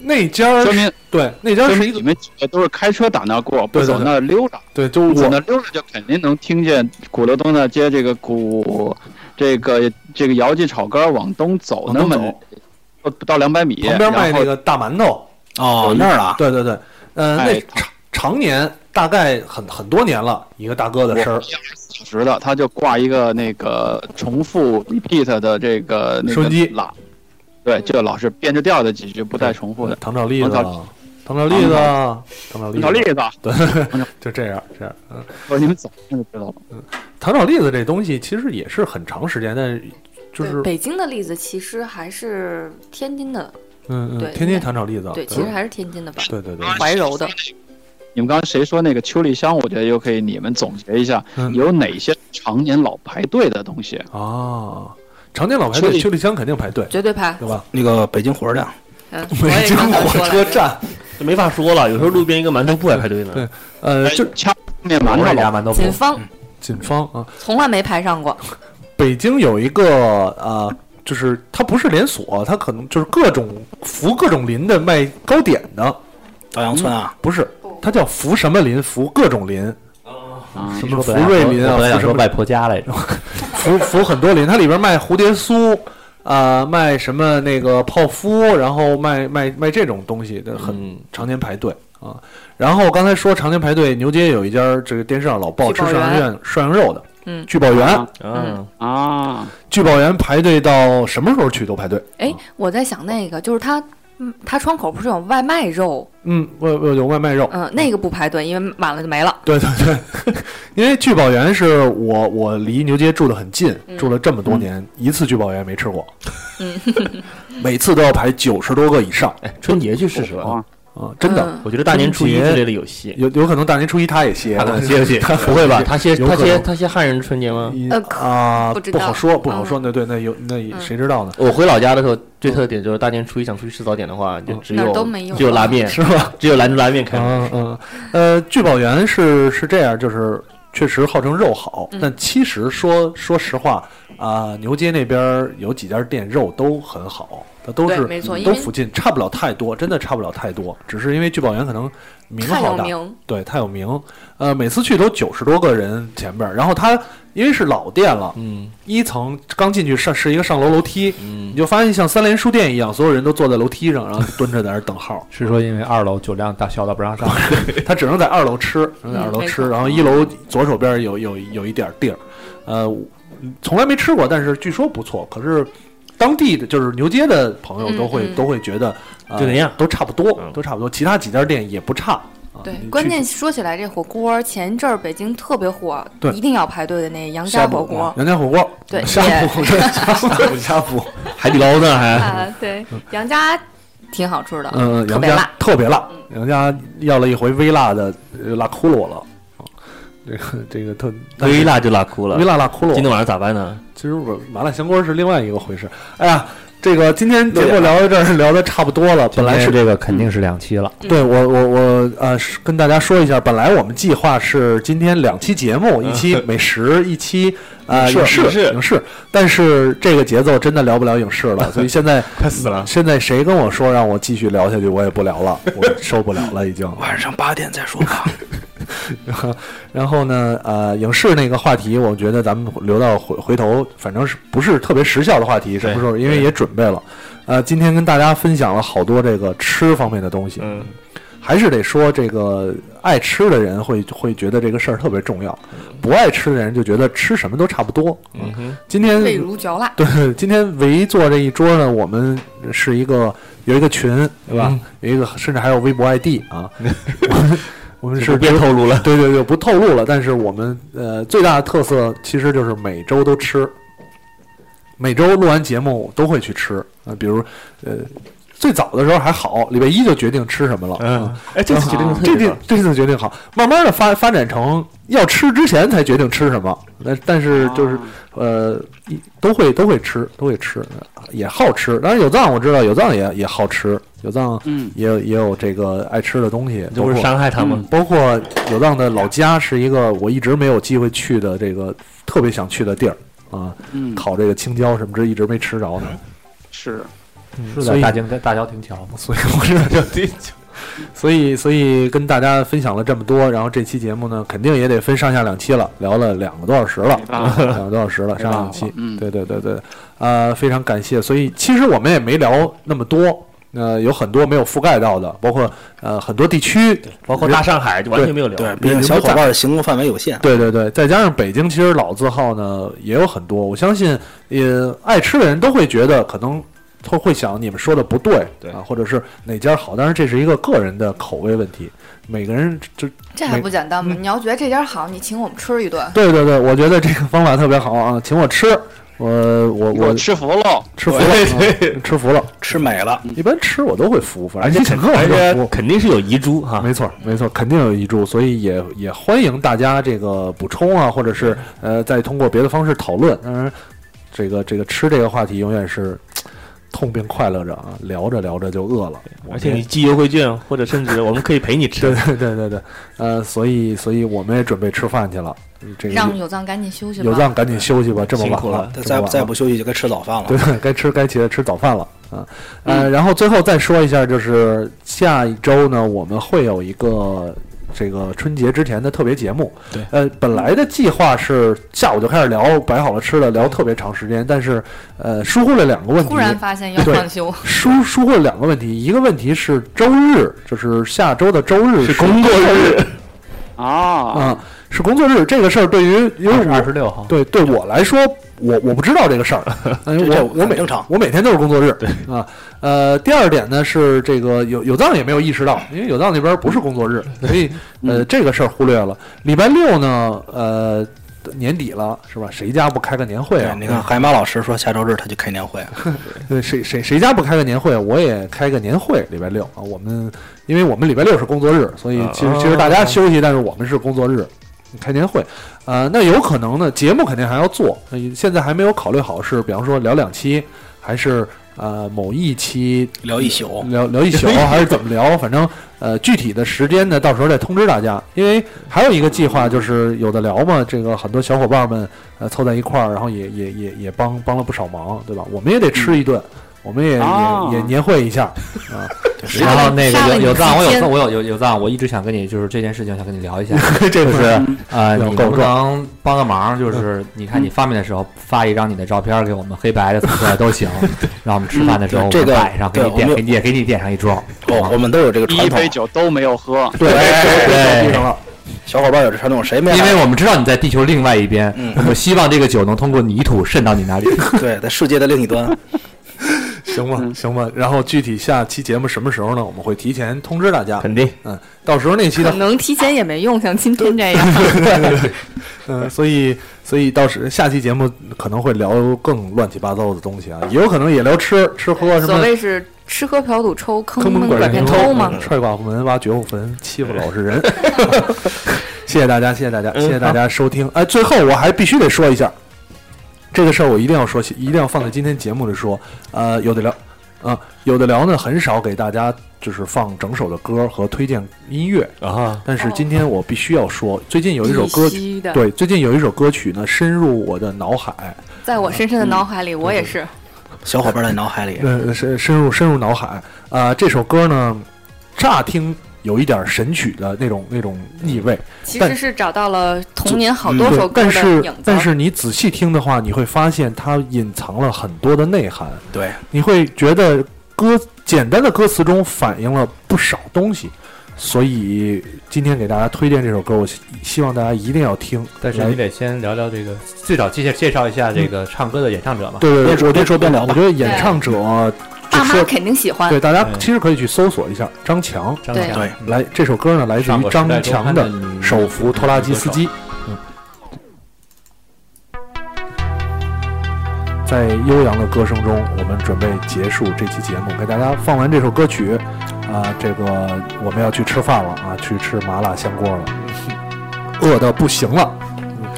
A: 那家儿
F: 说明
A: 对那家儿
F: 说
A: 是
F: 明
A: 一
F: 你
A: 个
F: 们几个都是开车打那过，不
A: 对对
F: 走
A: 对
F: 那溜达。
A: 对，就
F: 走
A: 我
F: 那溜达就肯定能听见鼓楼东大街这个鼓，这个这个姚记炒肝往东走
A: 往
F: 那
A: 东
F: 么
A: 走
F: 不不到两百米，
A: 旁边卖
F: 然后啊
A: 那个大馒头，
B: 哦，那儿了。
A: 对对对，呃，那
F: 哎
A: 常常年大概很很多年了，一个大哥的声儿，
F: 小时的，他就挂一个那个重复 repeat 的这个那
A: 收
F: 个
A: 音机
F: 喇，对，就老是变着调的几句，不带重复的。
A: 糖炒栗子
F: 糖
A: 啊，糖炒栗子啊，糖炒栗
F: 你找例
A: 子，
F: 子，啊
A: 就这样这样，嗯，
F: 我你们走那就知道了。
A: 糖炒栗子这东西其实也是很长时间，但是就是
H: 对北京的栗子其实还是天津的，
A: 嗯嗯，
H: 对
A: 天天糖炒栗子，
H: 对，其实还是天津的吧，
A: 对对对，
H: 怀柔的。
F: 你们刚才谁说那个秋丽香？我觉得又可以，你们总结一下，
A: 嗯
F: 有哪些常年老排队的东西？
A: 啊，常年老排
F: 秋
A: 队，
F: 丽
A: 秋丽香肯定排队，
H: 绝对排，
A: 对吧？
B: 那个北京火车站，
H: 嗯，我
A: 北
H: 也
A: 京
H: 刚才
A: 火
H: 说
A: 车
H: 了，
A: 站，
G: 就没法说了。有时候路边一个馒头铺还排队呢
A: 对，呃，就
F: 掐哎面馒头
C: 这
F: 老
C: 家馒头铺
H: 锦芳
A: 锦芳啊，
H: 从来没排上过，
A: 嗯北京有一个啊、呃就是它不是连锁，它可能就是各种服各种林的卖糕点的，
B: 朝阳村啊，
A: 不是，它叫服什么林，服各种林，
F: 啊
A: 什
C: 你说
A: 么福
C: 本来
A: 瑞林
C: 我
A: 啊，
C: 本来
A: 服
C: 想
A: 什
C: 说
A: 么
C: 外婆家来着，
A: 服服很多林，它里边卖蝴蝶酥。啊、卖什么那个泡芙，然后卖卖卖这种东西的，很
C: 嗯
A: 常年排队啊。然后刚才说常年排队，牛街有一家这个电视上老报吃
H: 聚宝
A: 涮羊
H: 园
A: 肉涮羊肉的，
H: 嗯
A: 聚宝园
F: 啊，
C: 嗯，
F: 啊，
A: 聚宝园排队到什么时候去都排队。
H: 哎，我在想那个，就是他，嗯，他窗口不是有外卖肉，
A: 嗯，我我有外卖肉，
H: 嗯、那个不排队，因为晚了就没了。
A: 对对对， 因为聚宝园是我我离牛街住的很近，住了这么多年，一次聚宝园没吃过，
H: 嗯
A: 每次都要排九十多个以上
G: 哎，春节去试试吧。
F: 啊
A: 啊，真的，
H: 嗯
G: 我觉得大年初一之类的有戏，
A: 有有可能大年初一他也歇，
G: 他可能
A: 我
G: 啊歇 歇，不会吧？他歇
A: 有
G: 他
A: 可能
G: 歇他歇汉人春节吗？
A: 一
H: 呃可
A: 啊
H: 不知
A: 好
H: 道
A: 说不好说，那对那有那也
H: 嗯
A: 谁知道呢？
G: 我回老家的时候，最特点就是大年初一想出去吃早点的话，就只
H: 哪
G: 有
H: 儿都没有
G: 只有拉面，
H: 嗯
A: 是吧？
G: 只有兰州拉面开门。
A: 嗯嗯，呃，聚宝园是是这样，就是确实号称肉好，
H: 嗯
A: 但其实说说实话啊、牛街那边儿有几家店肉都很好，它都
H: 对
A: 是嗯
H: 没错因
A: 都
H: 为
A: 附近，差不了太多，真的差不了太多，只是因为聚宝园可能名
H: 太
A: 号
H: 有
A: 大，
H: 名，
A: 对，太有名，呃，每次去都九十多个人前边儿，然后它因为是老店了，
C: 嗯
A: 一层刚进去上是一个上楼楼梯。你
C: 嗯，
A: 就发现像三联书店一样，所有人都坐在楼梯上，然后蹲着在那儿等号。
E: 是说因为二楼酒量大小到不让上，
A: 他只能在二楼吃，只能在
H: 嗯
A: 二楼
H: 没
A: 吃，
H: 错
A: 然后一楼左手边有有有一点地儿，呃，从来没吃过，但是据说不错。可是当地的就是牛街的朋友
H: 嗯
A: 都会、
H: 嗯
A: 都会觉得、呃、
G: 就那样
A: 都差不多，
G: 嗯
A: 都差不多。其他几家店也不差。啊
H: 对
A: 你，去
H: 关键说起来这火锅，前一阵儿北京特别火，
A: 对
H: 一定要排队的那杨
A: 呷
H: 家
A: 哺
H: 火锅，
A: 杨家火锅，
H: 对
A: 呷哺，对呷哺，呷哺，
G: 海底捞 呢还
H: 啊，对，杨家挺好吃的，
A: 嗯，
H: 特
A: 杨
H: 别
A: 家
H: 辣，嗯
A: 特别辣，杨家要了一回微辣的呃辣窟窿了，啊这个这个特
G: 微辣就辣哭了
A: 微。辣辣窟窿
G: 今，天晚上咋办呢？
A: 其实我麻辣香锅是另外一个回事。哎呀，这个今天节目聊到这儿，聊的差不多了。本来
E: 今
A: 是
E: 天这个肯定是两期了，
C: 嗯
A: 对我我我呃，是跟大家说一下，本来我们计划是今天两期节目，一期美食，一期呃影视影视，但是这个节奏真的聊不了影视了，所以现在
G: 快死了！
A: 现在谁跟我说让我继续聊下去，我也不聊了，我受不了了已经。
B: 晚上八点再说吧。
A: 然后呢，呃，影视那个话题，我觉得咱们留到回回头，反正是不是特别时效的话题，什么时候？因为也准备了。呃，今天跟大家分享了好多这个吃方面的东西，
G: 嗯，
A: 还是得说这个爱吃的人会会觉得这个事儿特别重要，不爱吃的人就觉得吃什么都差不多。嗯
G: 嗯哼，
A: 今天
H: 味如嚼蜡，
A: 对，今天围坐这一桌呢，我们是一个有一个群，对吧？有一个甚至还有微博 ID 啊，我们是别透露了，对对对，不透露了。但是我们呃最大的特色其实就是每周都吃，每周录完节目都会去吃啊、呃比如呃最早的时候还好，礼拜一就决定吃什么了，啊
G: 嗯，哎，这次决定
A: 这
G: 定
A: 定这次决定好，慢慢的发发展成要吃之前才决定吃什么，那但是就是、
G: 啊
A: 呃，一都会都会吃，都会吃，也好吃。当然有藏我知道有藏也也好吃，有藏
F: 嗯
A: 也有也有这个爱吃的东西，
C: 这不是
A: 包括
C: 伤害他吗？
A: 包括有藏的老家是一个我一直没有机会去的这个特别想去的地儿啊，
F: 嗯，
A: 烤这个青椒什么之一直没吃着呢，
F: 是
E: 嗯是
A: 所
E: 在
A: 以
E: 大江大桥停桥吗？
A: 所以我是叫第九。所以，所以跟大家分享了这么多，然后这期节目呢，肯定也得分上下两期了，聊了两个多小时了
F: 没，办法，
A: 两个多小时了，上两期，
F: 嗯
A: 对对对对，呃，非常感谢。所以其实我们也没聊那么多，呃，有很多没有覆盖到的，包括呃很多地区，
C: 包括大上海就完全没有聊。
G: 啊
B: 对，毕竟小伙伴行动范围有限，
A: 对对对，再加上北京其实老字号呢也有很多，我相信呃爱吃的人都会觉得可能。都会想你们说的不对，
C: 对
A: 啊，或者是哪家好，当然这是一个个人的口味问题，每个人就
H: 这还不简单
A: 嗯
H: 吗？你要觉得这家好，你请我们吃一顿。
A: 对对对，我觉得这个方法特别好啊，请我吃，我我
F: 我
A: 我
F: 吃服了，
A: 吃服了， 啊吃服了，
B: 吃美了。
A: 一般吃我都会服，反
C: 而
A: 正
C: 且
A: 你
C: 肯
A: 请客我
C: 而
G: 哎
A: 就服
C: 且。肯定是有遗珠哈，
A: 没错，没错，肯定有遗嘱，所以也也欢迎大家这个补充啊，或者是呃，再通过别的方式讨论。当然，这个这个吃这个话题永远是痛并快乐着啊，聊着聊着就饿了。我
C: 而且
A: 们
C: 你寄优惠券，或者甚至我们可以陪你吃
A: 对。对对对对，呃，所以所以我们也准备吃饭去了。这个
H: 让有藏赶紧休息吧。
A: 嗯有藏赶紧休息吧，这么
C: 辛苦
A: 晚
C: 了
A: 这么
B: 再
A: 晚
B: 再
A: 了
B: 不休息就该吃早饭了。
A: 对，该吃该起来吃早饭了啊。呃，然后最后再说一下，就是下一周呢，我们会有一个这个春节之前的特别节目。
B: 对，
A: 呃，本来的计划是下午就开始聊，摆好了吃的，聊特别长时间，但是呃，疏忽了两个问题
H: 突。然发现要
A: 对
H: 换休，
A: 疏疏忽了两个问题，一个问题是周日，就是下周的周日是工作
F: 啊，
A: 啊、是工作日。这个事儿对于因为我
E: 二十六号，
A: 对，对我来说，我我不知道这个 事儿，但是
B: 这这
A: 我我
B: 很
A: 每
B: 正常
A: 我每天都是工作日，啊，呃，第二点呢是这个有有藏也没有意识到，因为有藏那边不是工作日，所 以
B: 嗯
A: 呃这个事儿忽略了。礼拜六呢，呃。年底了是吧？谁家不开个年会啊？
B: 你看海马老师说下周日他去开年会，
A: 对，呃谁谁谁家不开个年会，我也开个年会，礼拜六啊。我们因为我们礼拜六是工作日，所以其实其实大家休息，但是我们是工作日，开年会。呃，那有可能呢，节目肯定还要做，呃现在还没有考虑好是，比方说聊两期，还是呃某一期
B: 聊一宿。
A: 聊聊 一宿，还是怎么聊？反正呃具体的时间呢，到时候再通知大家。因为还有一个计划就是有的聊嘛，这个很多小伙伴们呃凑在一块儿，然后也也也也帮帮了不少忙，对吧？我们也得吃一顿，我们也
F: 啊
A: 也也年会一下啊。
E: 然后那
H: 杀了
E: 个
H: 你
E: 有有藏，我
H: 自己
E: 有
H: 煎
E: 我有有有藏，我一直想跟你就是这件事情想跟你聊一下，
A: 这
E: 就
A: 不
E: 是呃，
A: 有
E: 你
A: 够
E: 能不能帮个忙？就是你看你发面的时候发一张你的照片给我们，黑白的、紫色的都行，让我们吃饭的时候
B: 嗯
E: 我
B: 对
E: 们
B: 这个
E: 摆上，给
B: 对
E: 你点
B: 我们
E: 给你也给你点上一桌。
B: 哦，我们都有这个传
F: 一
B: 统
F: 杯，酒都没有喝，
A: 对
E: 对，
B: 小伙伴有这传统，谁没来？
E: 因为我们知道你在地球另外一边，
B: 嗯
E: 我们希望这个酒能通过泥土渗到你那里。
B: 对，在世界的另一端，
A: 行吧，行吧。然后具体下期节目什么时候呢？我们会提前通知大家。
C: 肯定，
A: 嗯，到时候那期
H: 可
A: 的
H: 能提前也没用，像今天这样。
A: 嗯，所以所以到时下期节目可能会聊更乱七八糟的东西啊，也有可能也聊吃吃喝 什
H: 所
A: 么。
H: 谓是吃喝嫖赌抽，坑
A: 坑
H: 蒙
A: 蒙
H: 拐
A: 拐
H: 骗
A: 骗
H: 偷吗？
A: 踹寡妇门，挖绝户坟，欺负老 实人。谢谢大家，谢谢大
H: 嗯
A: 家，谢谢大家收听。哎，最后我还必须得说一下，这个事儿我一定要说，一定要放在今天节目里说。呃，有的聊，啊、有的聊呢，很少给大家就是放整首的歌和推荐音乐啊。但是今天我必须要说，最近有一首歌
H: 必
A: 曲，
H: 须的，啊
A: 对，最近有一首歌曲呢，深入我的脑海。
H: 在我深深的脑海里，我也是。
A: 嗯
B: 小伙伴在脑海里。
A: 呃，深深入深入脑海啊、这首歌呢，乍听有一点神曲的那种那种意味，
H: 其
A: 但
H: 实是找到了童年好多
A: 对
H: 首歌
A: 但
H: 的影
A: 是
H: 子。
A: 但是你仔细听的话，你会发现它隐藏了很多的内涵，
B: 对，
A: 你会觉得歌简单的歌词中反映了不少东西。所以今天给大家推荐这首歌，我希希望大家一定要听。
E: 但是
A: 来
E: 你得先聊聊这个，最早介绍介绍一下这个唱歌的演唱者嘛。
A: 对呃对对，
B: 边说
A: 我觉
B: 边
A: 得
B: 说边聊
A: 我
B: 吧。
A: 觉得演唱者就
H: 爸妈
A: 说
H: 肯定喜欢
A: 对大家
E: 对
A: 其实可以去搜索一下张强，
E: 张
H: 对
E: 强
B: 对
E: 嗯
A: 来，这首歌呢来自
E: 上
A: 于
E: 过时代
A: 张
E: 周
A: 强
E: 刊
A: 的
E: 女
A: 《手扶拖拉机司机》。嗯在悠扬的歌声中，我们准备结束这期节目，给大家放完这首歌曲。啊、这个我们要去吃饭了啊，去吃麻辣香锅了。饿到不行了。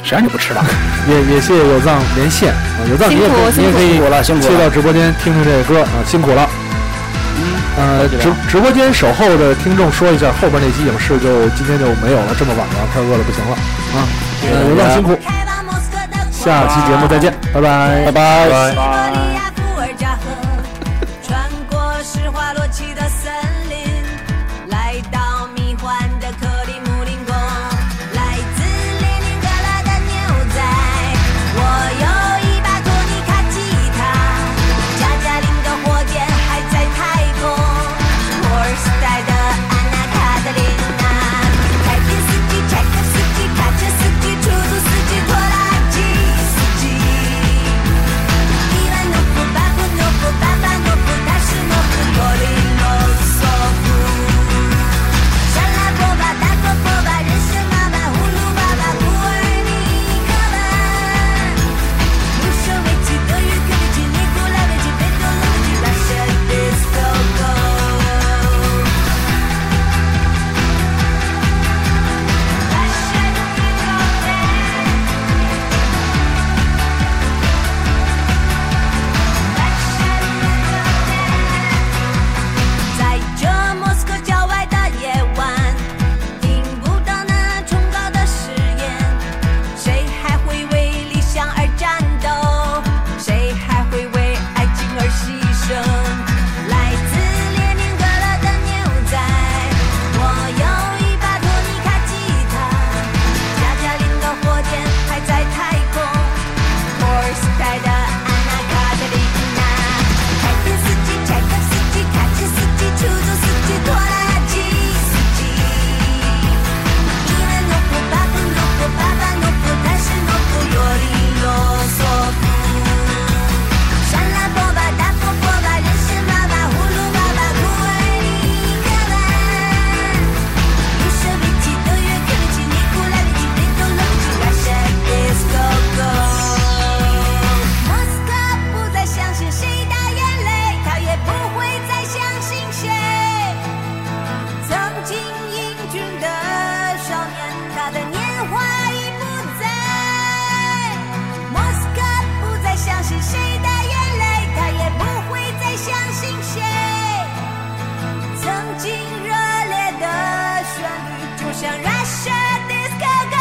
B: 谁让你不吃的？
A: 也也谢谢有藏连线啊，有藏你也可以你也可
B: 辛苦了，辛
A: 以
B: 苦
A: 切
B: 了。嗯
A: 到直播间听听这个歌啊，辛苦了。呃，
F: 谢谢
A: 直直播间守候的听众说一下，后边那期影视就今天就没有了，这么晚了，快饿了不行了啊！呃，有藏辛苦，下期节目再见，拜拜，拜拜。
I: 利亚伏尔加河，穿过施华洛奇的森林，来到迷幻的克里姆林宫，来自列宁格勒的牛仔，我有一把托尼卡吉他，加加林的火箭还在太空，摩尔时代的安娜卡德琳娜，凯宾斯基、柴可夫斯基、卡车司机、出租司机、拖拉机司机。伊万诺夫、巴布诺夫、巴巴诺夫、塔什诺夫、波利诺索夫，沙拉波娃、达波波娃、人参妈妈、葫芦娃娃、古尔尼科娃，卢舍维奇、德约科维奇、尼古拉维奇、贝多洛维奇、拉舍迪斯科科。在这莫斯科郊外的夜晚，听不到那崇高的誓言。谁还会为理想而战斗？谁还会为爱情而牺牲？来自列宁格勒的牛仔，我有一把托尼卡吉他，加加林的火箭还在太空，托尔斯泰的安娜卡特琳娜，凯宾斯基、柴可夫斯基、卡车司机、出租司机、拖拉机司机，伊万诺夫、巴布诺夫、巴巴诺夫、达什诺夫、罗里罗索夫，沙拉波娃、达波波娃、人参娃娃、葫芦娃娃、库尔尼科娃，卢舍维奇、德约科维奇、尼古拉维奇、贝多洛维奇、拉舍迪斯科科。莫斯科不再相信谁的眼泪，他也不会再相信谁。曾经英俊的少年，他的年华已不在。莫斯科不再相信谁的眼泪，他也不会再相信谁。曾经热烈的旋律，就像 Russia Disco Go。